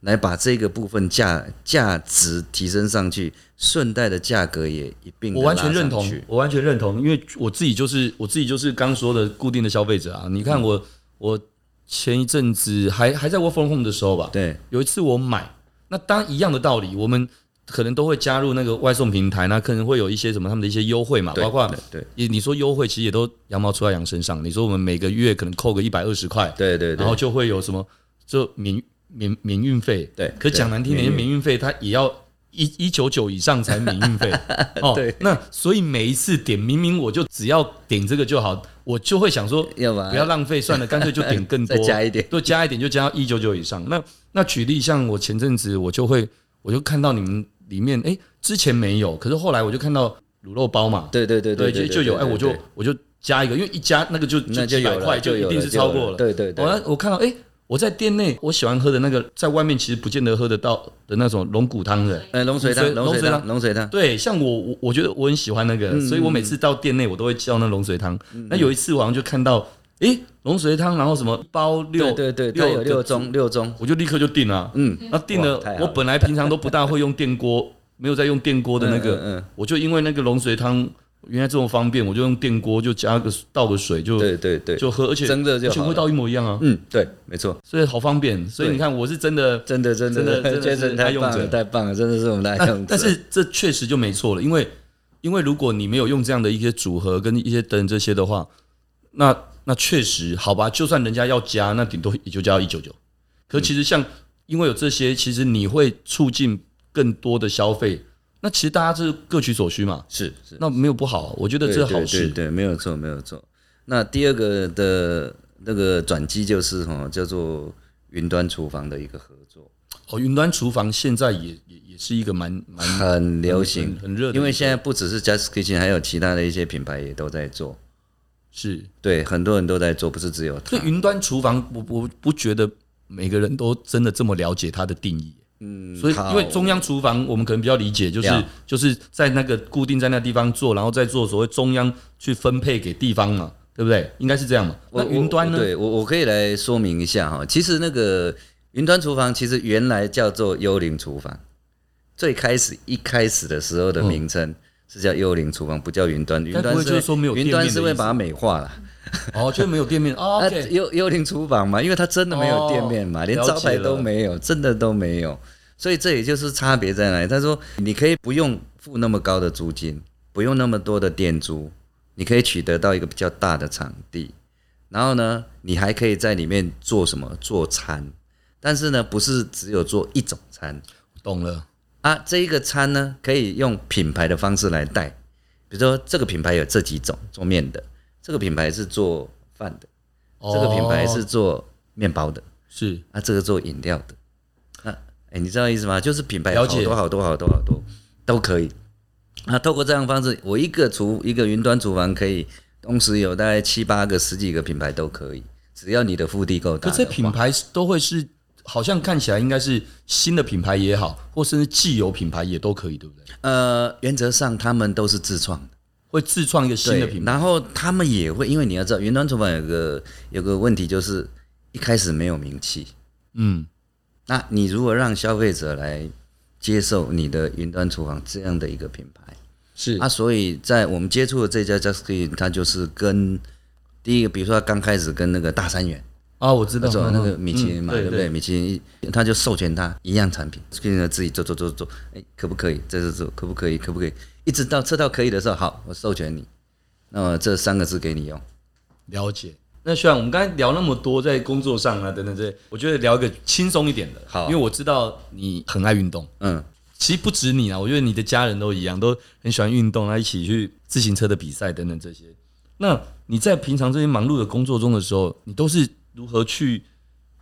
Speaker 3: 来把这个部分价价值提升上去，顺带的价格也一并地
Speaker 2: 我完全
Speaker 3: 拉上
Speaker 2: 认同
Speaker 3: 去，
Speaker 2: 我完全认同，因为我自己就是我自己就是刚说的固定的消费者啊。你
Speaker 3: 嗯
Speaker 2: 看我、我前一阵子还还在 work from home 的时候吧，
Speaker 3: 对
Speaker 2: 有一次我买，那当然一样的道理，我们可能都会加入那个外送平台，那可能会有一些什么他们的一些优惠嘛，
Speaker 3: 对
Speaker 2: 包括
Speaker 3: 对对
Speaker 2: 你你说优惠其实也都羊毛出在羊身上。你说我们每个月可能扣个一百二十块，
Speaker 3: 对对对
Speaker 2: 然后就会有什么就免免免运费，
Speaker 3: 对
Speaker 2: 可
Speaker 3: 对
Speaker 2: 讲难听点，
Speaker 3: 免运
Speaker 2: 免运费它也要一一九九以上才免 运费哦。
Speaker 3: 对，
Speaker 2: 那所以每一次点，明明我就只要点这个就好，我就会想说，
Speaker 3: 要吧
Speaker 2: 不要浪费算了，干脆就点更多，
Speaker 3: 再加一点
Speaker 2: 对，加一点就加到一九九以上。那那举例，像我前阵子我就会，我就看到你们里面，哎、之前没有，可是后来我就看到卤肉包嘛，
Speaker 3: 对对对对
Speaker 2: 就就有，哎、我就我就加一个，因为一加那个就
Speaker 3: 那就
Speaker 2: 几百
Speaker 3: 有了
Speaker 2: 块，
Speaker 3: 就
Speaker 2: 一
Speaker 3: 有
Speaker 2: 定
Speaker 3: 了
Speaker 2: 是
Speaker 3: 就
Speaker 2: 超
Speaker 3: 有
Speaker 2: 过
Speaker 3: 了
Speaker 2: 了。
Speaker 3: 对对对
Speaker 2: 我那我看到，哎、我在店内我喜欢喝的那个，在外面其实不见得喝得到的那种龙骨汤的。
Speaker 3: 呃，龙水汤，
Speaker 2: 龙
Speaker 3: 龙
Speaker 2: 水
Speaker 3: 水
Speaker 2: 汤
Speaker 3: 汤，龙水汤，
Speaker 2: 对，像我我我觉得我很喜欢那个，
Speaker 3: 嗯
Speaker 2: 所以我每次到店内我都会叫那龙水汤。那有一次我好像就看到，哎、龙水汤，然后什么包六，
Speaker 3: 对对对，它
Speaker 2: 六
Speaker 3: 有六
Speaker 2: 个
Speaker 3: 盅，六盅，
Speaker 2: 我就立刻就订了啊、
Speaker 3: 嗯，
Speaker 2: 那订了
Speaker 3: 哇太好，了
Speaker 2: 我本来平常都不大会用电锅，没有在用电锅的那个，
Speaker 3: 嗯嗯嗯
Speaker 2: 我就因为那个龙水汤原来这么方便，我就用电锅就加个倒个水就
Speaker 3: 对对对，
Speaker 2: 就喝，而且
Speaker 3: 蒸热就
Speaker 2: 而且
Speaker 3: 好了
Speaker 2: 味道一模一样啊，
Speaker 3: 嗯，对，没错，
Speaker 2: 所以好方便。所以你看，我是真 的，
Speaker 3: 真的真
Speaker 2: 真的
Speaker 3: 的
Speaker 2: 真的是
Speaker 3: Jason
Speaker 2: 爱
Speaker 3: 太
Speaker 2: 用
Speaker 3: 棒
Speaker 2: 者
Speaker 3: 了，太棒了，真的是我们的爱用者。
Speaker 2: 哎但是这确实就没错了，因为因为如果你没有用这样的一些组合跟一些等这些的话，那那确实好吧，就算人家要加，那顶多也就加到一九九。可其实像、因为有这些，其实你会促进更多的消费，那其实大家是各取所需嘛，
Speaker 3: 是是，
Speaker 2: 那没有不好，啊我觉得
Speaker 3: 对
Speaker 2: 这是好
Speaker 3: 对对
Speaker 2: 事。
Speaker 3: 对，没有错没有错。那第二个的那个转机就是哈，叫做云端厨房的一个合作，
Speaker 2: 哦，云端厨房现在也也也是一个蛮蛮
Speaker 3: 很流行
Speaker 2: 很，很热的一个，
Speaker 3: 因为现在不只是 Just Kitchen，还有其他的一些品牌也都在做。
Speaker 2: 是
Speaker 3: 对，很多人都在做，不是只有
Speaker 2: 所
Speaker 3: 他
Speaker 2: 以。云端厨房，我我不觉得每个人都真的这么了解它的定义。嗯，所以
Speaker 3: 好
Speaker 2: 因为中央厨房，我们可能比较理解，就是
Speaker 3: 了
Speaker 2: 就是在那个固定在那地方做，然后再做所谓中央去分配给地方嘛，对不对？应该是这样嘛。
Speaker 3: 我
Speaker 2: 那云端
Speaker 3: 我
Speaker 2: 呢？
Speaker 3: 对我我可以来说明一下哈。其实那个云端厨房其实原来叫做幽灵厨房，最开始一开始的时候的名称是叫幽灵厨房，不叫云端。云
Speaker 2: 该嗯不
Speaker 3: 端
Speaker 2: 会
Speaker 3: 是
Speaker 2: 就是说没有
Speaker 3: 云
Speaker 2: 店面
Speaker 3: 端
Speaker 2: 的
Speaker 3: 是
Speaker 2: 意
Speaker 3: 会
Speaker 2: 思
Speaker 3: 把它美化了。
Speaker 2: 哦，就没有店面哦
Speaker 3: 啊
Speaker 2: OK，
Speaker 3: 幽幽灵厨房嘛，因为它真的没有店面嘛，
Speaker 2: 哦
Speaker 3: 连
Speaker 2: 了解
Speaker 3: 招牌都
Speaker 2: 了
Speaker 3: 没有，真的都没有。所以这也就是差别在哪里？他说你可以不用付那么高的租金，不用那么多的店租，你可以取得到一个比较大的场地，然后呢，你还可以在里面做什么？做餐，但是呢，不是只有做一种餐，
Speaker 2: 懂了。
Speaker 3: 啊，这一个餐呢，可以用品牌的方式来带，比如说这个品牌有这几种做面的，这个品牌是做饭的，这个品牌
Speaker 2: 哦
Speaker 3: 是做面包的，
Speaker 2: 是
Speaker 3: 啊，这个做饮料的，啊，哎，你知道意思吗？就是品牌
Speaker 2: 了
Speaker 3: 好
Speaker 2: 解
Speaker 3: 多好多好多好多都可以。那透过这样的方式，我一个厨一个云端厨房可以同时有大概七八个、十几个品牌都可以，只要你的腹地够大
Speaker 2: 可
Speaker 3: 的话。
Speaker 2: 这品牌都会是，好像看起来应该是新的品牌也好，或甚至既有品牌也都可以，对不对？
Speaker 3: 呃，原则上他们都是自创的。
Speaker 2: 会自创一个新的
Speaker 3: 对
Speaker 2: 品牌，
Speaker 3: 然后他们也会，因为你要知道，云端厨房有个有个问题，就是一开始没有名气。
Speaker 2: 嗯，
Speaker 3: 那你如果让消费者来接受你的云端厨房这样的一个品牌。
Speaker 2: 是
Speaker 3: 啊，所以在我们接触的这家 Just Green，它就是跟第一个，比如说它刚开始跟那个大三元，
Speaker 2: 啊，我知
Speaker 3: 那
Speaker 2: 道
Speaker 3: 种那个
Speaker 2: 嗯
Speaker 3: 米其林嘛，
Speaker 2: 嗯
Speaker 3: 对不对？？米其林一他就授权他一样产品，跟着自己做做做做，哎，可不可以？这是做可不可以？可不可以？一直到测到可以的时候，好，我授权你，那么这三个字给你用。哦
Speaker 2: 了解。那虽然我们刚才聊那么多，在工作上啊等等这些，我觉得聊一个轻松一点的，
Speaker 3: 好
Speaker 2: 因为我知道你很爱运动。
Speaker 3: 嗯，
Speaker 2: 其实不止你啊，我觉得你的家人都一样，都很喜欢运动，然后一起去自行车的比赛等等这些。那你在平常这些忙碌的工作中的时候，你都是如何去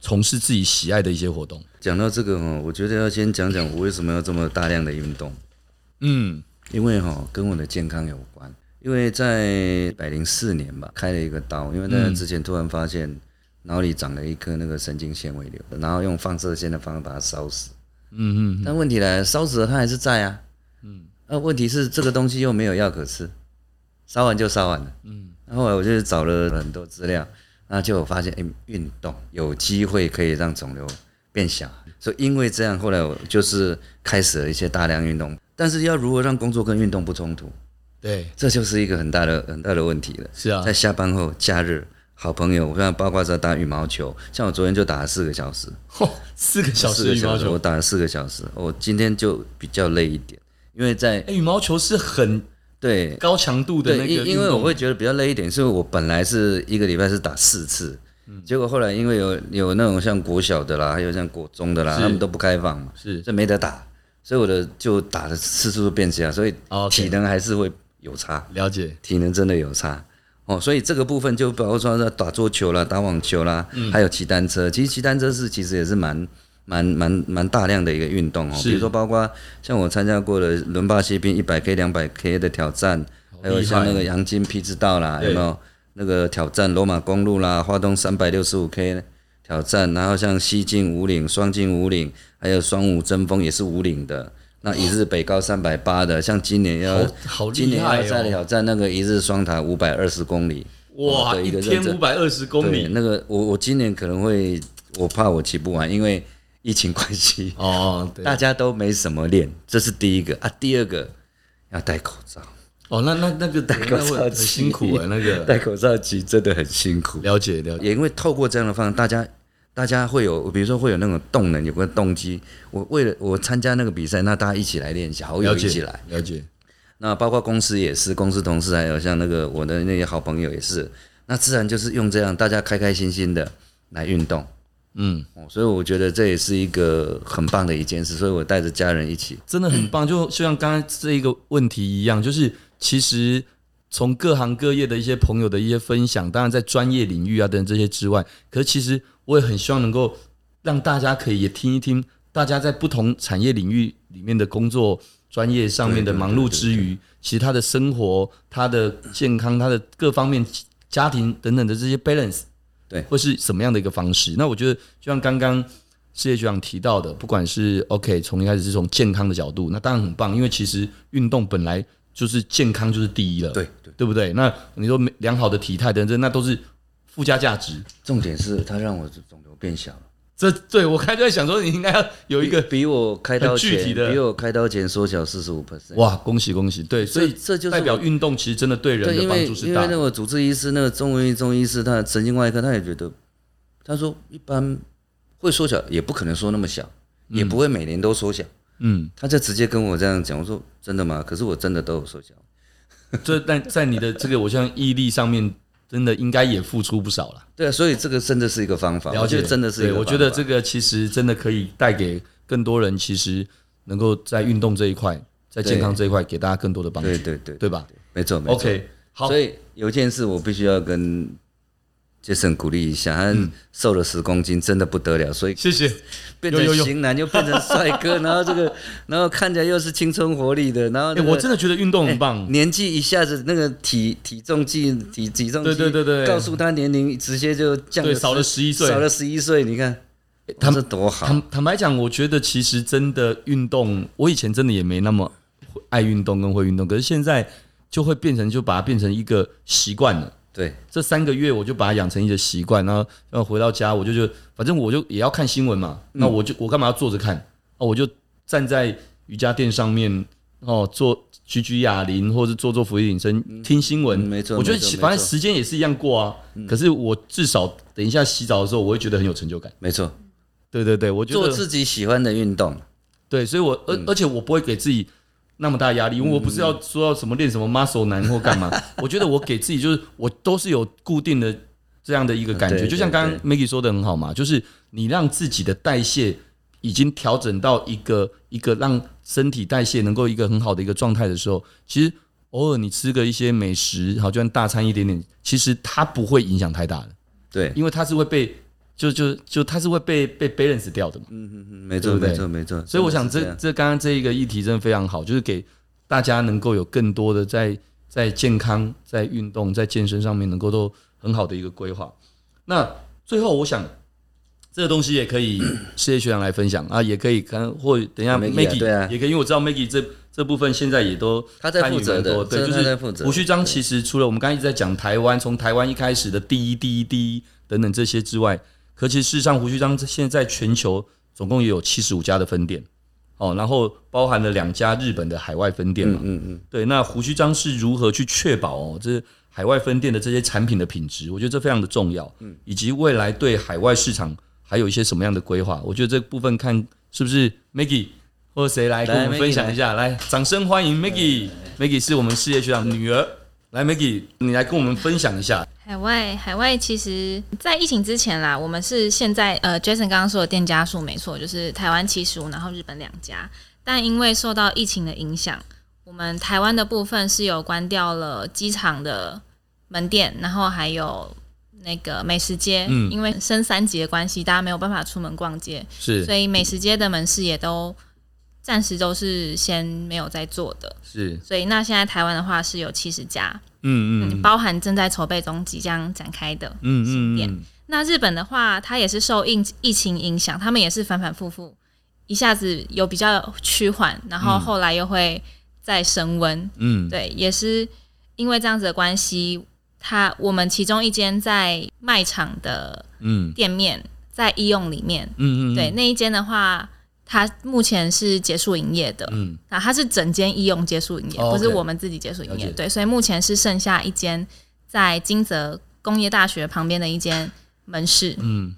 Speaker 2: 从事自己喜爱的一些活动？
Speaker 3: 讲到这个哈，我觉得要先讲讲我为什么要这么大量的运动，
Speaker 2: 嗯，
Speaker 3: 因为哈跟我的健康有关。因为在百零四年吧，开了一个刀，因为在之前突然发现脑里长了一颗那个神经纤维瘤，然后用放射线的方法把它烧死。
Speaker 2: 嗯嗯，
Speaker 3: 但问题来了，烧死了它还是在啊。嗯。那问题是这个东西又没有药可吃，烧完就烧完了。嗯。那后来我就找了很多资料，那就有发现，哎、运动有机会可以让肿瘤变小，所以因为这样，后来我就是开始了一些大量运动。但是要如何让工作跟运动不冲突，
Speaker 2: 对，
Speaker 3: 这就是一个很大的很大的问题了。
Speaker 2: 是啊
Speaker 3: 在，下班后、假日，好朋友，像包括在打羽毛球，像我昨天就打了四个小时。
Speaker 2: 哦四个小
Speaker 3: 四
Speaker 2: 时
Speaker 3: 个
Speaker 2: 羽毛
Speaker 3: 我
Speaker 2: 球，
Speaker 3: 打了四个小时，我今天就比较累一点，因为在
Speaker 2: 哎，羽毛球是很
Speaker 3: 对
Speaker 2: 高强度的那
Speaker 3: 对，
Speaker 2: 个
Speaker 3: 因因为我会
Speaker 2: 运动
Speaker 3: 觉得比较累一点，是我本来是一个礼拜是打四次，
Speaker 2: 嗯
Speaker 3: 结果后来因为有有那种像国小的啦，还有像国中的啦，
Speaker 2: 是
Speaker 3: 他们都不开放嘛，
Speaker 2: 是
Speaker 3: 这没得打，所以我的就打的次数就变小，所以
Speaker 2: 哦，OK
Speaker 3: 体能还是会有差，
Speaker 2: 了解，
Speaker 3: 体能真的有差。哦，所以这个部分就包括说在打桌球啦、打网球啦，
Speaker 2: 嗯
Speaker 3: 还有骑单车。其实骑单车是其实也是蛮蛮蛮蛮大量的一个运动哦。
Speaker 2: 是
Speaker 3: 比如说包括像我参加过的伦巴西兵一百 K、两百 K 的挑战，还有像那个杨金批之道啦，
Speaker 2: 对
Speaker 3: 有没有？那个挑战罗马公路啦，花东三百六十五 K 挑战，然后像西进五岭、双进五岭，还有双五争锋也是五岭的。那一日北高三百八的，像今年要
Speaker 2: 好好
Speaker 3: 今
Speaker 2: 厉
Speaker 3: 年
Speaker 2: 害
Speaker 3: 要再
Speaker 2: 哦！
Speaker 3: 挑战那个一日双塔五百二十公里，
Speaker 2: 哇，
Speaker 3: 哦对
Speaker 2: 一
Speaker 3: 一个
Speaker 2: 天
Speaker 3: 认
Speaker 2: 五
Speaker 3: 证
Speaker 2: 百二十公
Speaker 3: 对
Speaker 2: 里
Speaker 3: 那个我我今年可能会，我怕我骑不完，因为疫情关系，
Speaker 2: 哦， 对
Speaker 3: 大家都没什么练，这是第一个啊。第二个要戴口罩，
Speaker 2: 哦，那那那个
Speaker 3: 戴
Speaker 2: 那
Speaker 3: 口
Speaker 2: 会
Speaker 3: 罩
Speaker 2: 很辛苦哎，那个
Speaker 3: 戴口罩骑真的很辛苦。
Speaker 2: 了解了解，
Speaker 3: 也因为透过这样的方式，大家大家会有，比如说会有那种动能，有个动机。我为了我参加那个比赛，那大家一起来练习，好友
Speaker 2: 了
Speaker 3: 一起
Speaker 2: 解
Speaker 3: 来。
Speaker 2: 了解，
Speaker 3: 那包括公司也是，公司同事还有像那个我的那些好朋友也是。那自然就是用这样，大家开开心心的来运动。
Speaker 2: 嗯，
Speaker 3: 哦，所以我觉得这也是一个很棒的一件事，所以我带着家人一起。
Speaker 2: 真的很棒。就就像刚才这一个问题一样，就是其实从各行各业的一些朋友的一些分享，当然在专业领域啊等等这些之外，可是其实我也很希望能够让大家可以也听一听，大家在不同产业领域里面的工作。专业上面的
Speaker 3: 对对
Speaker 2: 忙碌之余，其实他的生活、他的健康、他的各方面、家庭等等的这些 balance，
Speaker 3: 对
Speaker 2: 会是什么样的一个方式？那我觉得，就像刚刚世界局长提到的，不管是 OK，从一开始是从健康的角度，那当然很棒，因为其实运动本来就是健康就是第一了，
Speaker 3: 对对，
Speaker 2: 对不对？那你说没良好的体态等等，那都是附加价值。
Speaker 3: 重点是它让我肿瘤变小了，
Speaker 2: 这对我刚才就在想说，你应该要有一个
Speaker 3: 比我开刀
Speaker 2: 很具
Speaker 3: 前
Speaker 2: 体的
Speaker 3: 比我开刀前缩小四十五 percent。
Speaker 2: 哇，恭喜恭喜！对，所以
Speaker 3: 这就是
Speaker 2: 代表
Speaker 3: 我
Speaker 2: 运动其实真的对人
Speaker 3: 对，
Speaker 2: 的
Speaker 3: 因为
Speaker 2: 帮助是
Speaker 3: 因
Speaker 2: 大
Speaker 3: 为那
Speaker 2: 的。
Speaker 3: 个主治医师，那个中文中医师，他的神经外科，他也觉得，他说一般会缩小，也不可能缩那么小，也不会每年都缩小。
Speaker 2: 嗯，
Speaker 3: 他就直接跟我这样讲，我说真的吗？可是我真的都有缩小。
Speaker 2: 这但在你的这个，我像毅力上面，真的应该也付出不少了。
Speaker 3: 对啊，所以这个真的是一个方法，
Speaker 2: 了
Speaker 3: 我觉
Speaker 2: 解，
Speaker 3: 得真的是一个
Speaker 2: 对，
Speaker 3: 方
Speaker 2: 我
Speaker 3: 法。
Speaker 2: 觉得这个其实真的可以带给更多人，其实能够在运动这一块，在健康这一块给大家更多的帮助，
Speaker 3: 对对对
Speaker 2: 对吧
Speaker 3: 没错没错。
Speaker 2: ？OK，好，
Speaker 3: 所以有一件事我必须要跟杰森鼓励一下，他
Speaker 2: 嗯
Speaker 3: 瘦了十公斤，真的不得了，所以
Speaker 2: 谢谢，
Speaker 3: 变
Speaker 2: 有
Speaker 3: 成
Speaker 2: 有
Speaker 3: 型男又变成帅 哥，然后这个然后看起来又是青春活力的，然后、
Speaker 2: 哎、
Speaker 3: 那个
Speaker 2: 我真的觉得运动很棒，
Speaker 3: 年纪一下子那个体体重计体体重计，
Speaker 2: 对对对对
Speaker 3: 告诉他年龄直接就降
Speaker 2: 对少了11岁
Speaker 3: 少了十一岁，你看
Speaker 2: 他
Speaker 3: 他
Speaker 2: 们
Speaker 3: 们多好，
Speaker 2: 坦坦白讲，我觉得其实真的运动，我以前真的也没那么爱运动跟会运动，可是现在就会变成就把它变成一个习惯了。
Speaker 3: 对
Speaker 2: 这三个月我就把它养成一个习惯，然后要回到家
Speaker 3: 嗯
Speaker 2: 我就觉得，反正我就也要看新闻嘛，那我就我干嘛要坐着看？哦，我就站在瑜伽垫上面哦做举举哑铃，或者做做俯卧撑、听新闻、
Speaker 3: 嗯没错
Speaker 2: 我觉得
Speaker 3: 没错
Speaker 2: 其
Speaker 3: 没错嗯
Speaker 2: 反正时间也是一样过啊。可是我至少等一下洗澡的时候，我会觉得很有成就感。
Speaker 3: 没错，
Speaker 2: 对对对，我觉
Speaker 3: 做
Speaker 2: 得
Speaker 3: 自己喜欢的运动，
Speaker 2: 对，所以我
Speaker 3: 嗯
Speaker 2: 而、而且我不会给自己那么大压力，因为我不是要说要什么练什么 muscle 男或 干嘛，我觉得我给自己就是我都是有固定的这样的一个感觉，
Speaker 3: 对
Speaker 2: 就像刚刚 Maggie 说的很好嘛，就是你让自己的代谢已经调整到一个一个让身体代谢能够一个很好的一个状态的时候，其实偶尔你吃个一些美食，好，就算大餐一点点，其实它不会影响太大的，
Speaker 3: 对，
Speaker 2: 因为它是会被就就就它是会被被 balance 掉的嘛。
Speaker 3: 嗯嗯，没
Speaker 2: 对不
Speaker 3: 错
Speaker 2: 对
Speaker 3: 没错没错。
Speaker 2: 所以我想
Speaker 3: 真的
Speaker 2: 这
Speaker 3: 是
Speaker 2: 这刚刚这一个议题真的非常好，就是给大家能够有更多的在在健康、在运动、在健身上面能够都很好的一个规划。那最后我想这个东西也可 以事业学长来分享啊，也可以看或等一下
Speaker 3: Maggie 啊对啊
Speaker 2: 也可以，因为我知道 Maggie 这这部分现在也都
Speaker 3: 他在
Speaker 2: 参与
Speaker 3: 负责
Speaker 2: 蛮
Speaker 3: 的
Speaker 2: 多对，
Speaker 3: 真
Speaker 2: 就
Speaker 3: 的他在负
Speaker 2: 是
Speaker 3: 责
Speaker 2: 胡须章其实除了我们刚才一直在讲台湾，从台湾一开始的第一、第一、第一等等这些之外，可其实事实上胡须章现在全球总共也有七十五家的分店，哦，然后包含了两家日本的海外分店嘛，
Speaker 3: 嗯嗯
Speaker 2: 对，那胡须章是如何去确保哦，这海外分店的这些产品的品质？我觉得这非常的重要，嗯，以及未来对海外市场还有一些什么样的规划？我觉得这部分看是不是 Maggie 或者谁来跟我们
Speaker 3: 来
Speaker 2: 分享一下？来，哎掌声欢迎 Maggie。Maggie 是我们事业学长女儿，来 Maggie，你来跟我们分享一下。
Speaker 4: 海外海外其实，在疫情之前啦，我们是现在呃，Jason 刚刚说的店家数没错，就是台湾七十五，然后日本两家。但因为受到疫情的影响，我们台湾的部分是有关掉了机场的门店，然后还有那个美食街，
Speaker 2: 嗯
Speaker 4: 因为升三级的关系，大家没有办法出门逛街，
Speaker 2: 是
Speaker 4: 所以美食街的门市也都暂时都是先没有在做的。
Speaker 2: 是，
Speaker 4: 所以那现在台湾的话是有七十家，
Speaker 2: 嗯
Speaker 4: 嗯，
Speaker 2: 嗯
Speaker 4: 包含正在筹备中即将展开的。
Speaker 2: 嗯嗯
Speaker 4: 店
Speaker 2: 嗯，
Speaker 4: 那日本的话，它也是受疫疫情影响，他们也是反反复复，一下子有比较趋缓，然后后来又会再升温。
Speaker 2: 嗯
Speaker 4: 对，也是因为这样子的关系，它我们其中一间在卖场的
Speaker 2: 嗯
Speaker 4: 店面在医用里面，
Speaker 2: 嗯嗯，
Speaker 4: 对那一间的话，它目前是结束营业的。
Speaker 2: 嗯
Speaker 4: 啊，它是整间医用结束营业，
Speaker 2: 哦
Speaker 4: 不是
Speaker 2: OK
Speaker 4: 我们自己结束营
Speaker 2: 了
Speaker 4: 业。
Speaker 2: 解
Speaker 4: 对，所以目前是剩下一间在金泽工业大学旁边的一间门市。
Speaker 2: 嗯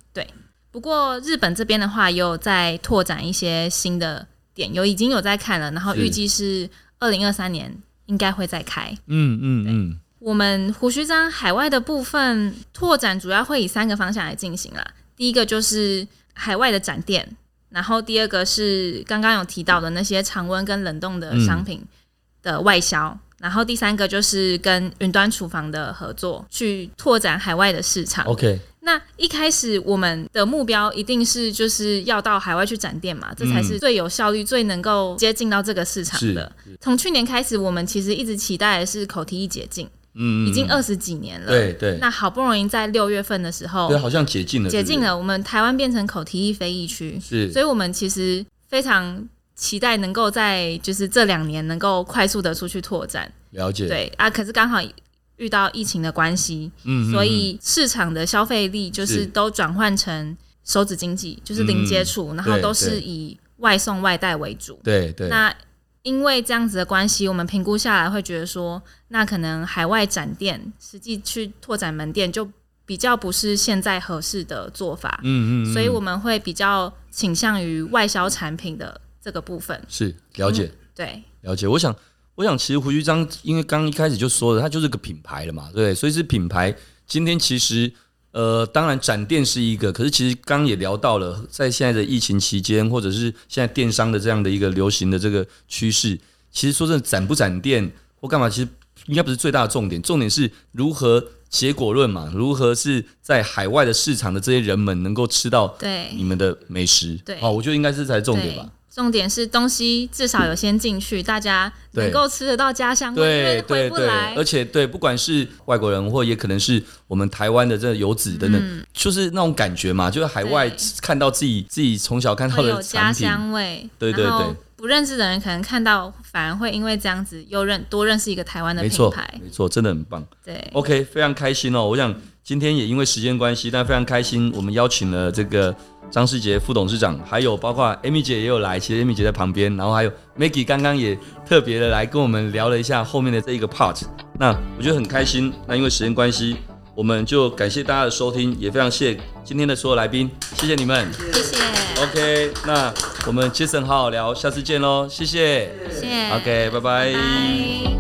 Speaker 4: 不过日本这边的话，也有在拓展一些新的点，有已经有在看了，然后
Speaker 2: 是
Speaker 4: 预计是二零二三年应该会再开。
Speaker 2: 嗯嗯嗯，
Speaker 4: 我们胡须章海外的部分拓展主要会以三个方向来进行啦。第一个就是海外的展店，然后第二个是刚刚有提到的那些常温跟冷冻的商品的外销，然后第三个就是跟云端厨房的合作，去拓展海外的市场。
Speaker 2: OK，
Speaker 4: 那一开始我们的目标一定是就是要到海外去展店嘛，这才是最有效率、最能够接近到这个市场的。从去年开始，我们其实一直期待的是口蹄疫解禁，
Speaker 2: 嗯，
Speaker 4: 已经二十几年了。
Speaker 2: 对对
Speaker 4: 那好不容易在六月份的时候
Speaker 2: 对，好像解禁了，
Speaker 4: 解禁，了，我们台湾变成口蹄疫非疫区，
Speaker 2: 是，
Speaker 4: 所以我们其实非常期待能够在就是这两年能够快速的出去拓展。
Speaker 2: 了解，
Speaker 4: 对啊，可是刚好遇到疫情的关系，
Speaker 2: 嗯，嗯
Speaker 4: 所以市场的消费力就是
Speaker 2: 是
Speaker 4: 都转换成手指经济，就是零接触，然后
Speaker 2: 嗯对
Speaker 4: 都是
Speaker 2: 对
Speaker 4: 以外送外带为主。
Speaker 2: 对对，
Speaker 4: 那因为这样子的关系，我们评估下来会觉得说，那可能海外展店实际去拓展门店就比较不是现在合适的做法，
Speaker 2: 嗯嗯嗯，
Speaker 4: 所以我们会比较倾向于外销产品的这个部分。
Speaker 2: 是了解、
Speaker 4: 对，
Speaker 2: 了解。我想，我想，其实胡须章因为刚一开始就说了，它就是个品牌了嘛，对不对，所以是品牌。今天其实呃，当然展店是一个，可是其实刚也聊到了，在现在的疫情期间，或者是现在电商的这样的一个流行的这个趋势，其实说真的，展不展店或干嘛，其实应该不是最大的重点，重点是如何。结果论嘛，如何是在海外的市场的这些人们能够吃到
Speaker 4: 对
Speaker 2: 你们的美食？
Speaker 4: 对
Speaker 2: 哦，我觉得应该是才是重点
Speaker 4: 对
Speaker 2: 吧。。
Speaker 4: 重点是东西至少有先进去，大家能
Speaker 2: 对
Speaker 4: 够吃得到家乡味，啊因
Speaker 2: 对
Speaker 4: 为
Speaker 2: 对
Speaker 4: 回不
Speaker 2: 对
Speaker 4: 来，
Speaker 2: 而。且对，不管是外国人或也可能是我们台湾的这个游子等等，就是那种感觉嘛，就是海外
Speaker 4: 嗯对
Speaker 2: 看到自己自己从小看到
Speaker 4: 会有
Speaker 2: 的
Speaker 4: 家
Speaker 2: 产品，
Speaker 4: 乡味，
Speaker 2: 对对
Speaker 4: 然后
Speaker 2: 对
Speaker 4: 不认识的人可能看到，反而会因为这样子又认多认识一个台湾的
Speaker 2: 没
Speaker 4: 品
Speaker 2: 错
Speaker 4: 牌，
Speaker 2: 没错，真的很棒。
Speaker 4: 对
Speaker 2: OK，非常开心哦！我想今天也因为时间关系，但非常开心，我们邀请了这个张世杰副董事长，还有包括 Amy 姐也有来，其实 Amy 姐在旁边，然后还有 Maggie 刚刚也特别的来跟我们聊了一下后面的这一个 part。那我觉得很开心。那因为时间关系，我们就感谢大家的收听，也非常谢谢今天的所有来宾，谢谢你们。
Speaker 4: 谢谢，
Speaker 2: OK，那我们 Jason 好好聊，下次见喽，谢谢。
Speaker 4: 谢谢
Speaker 2: OK，拜拜
Speaker 4: 拜。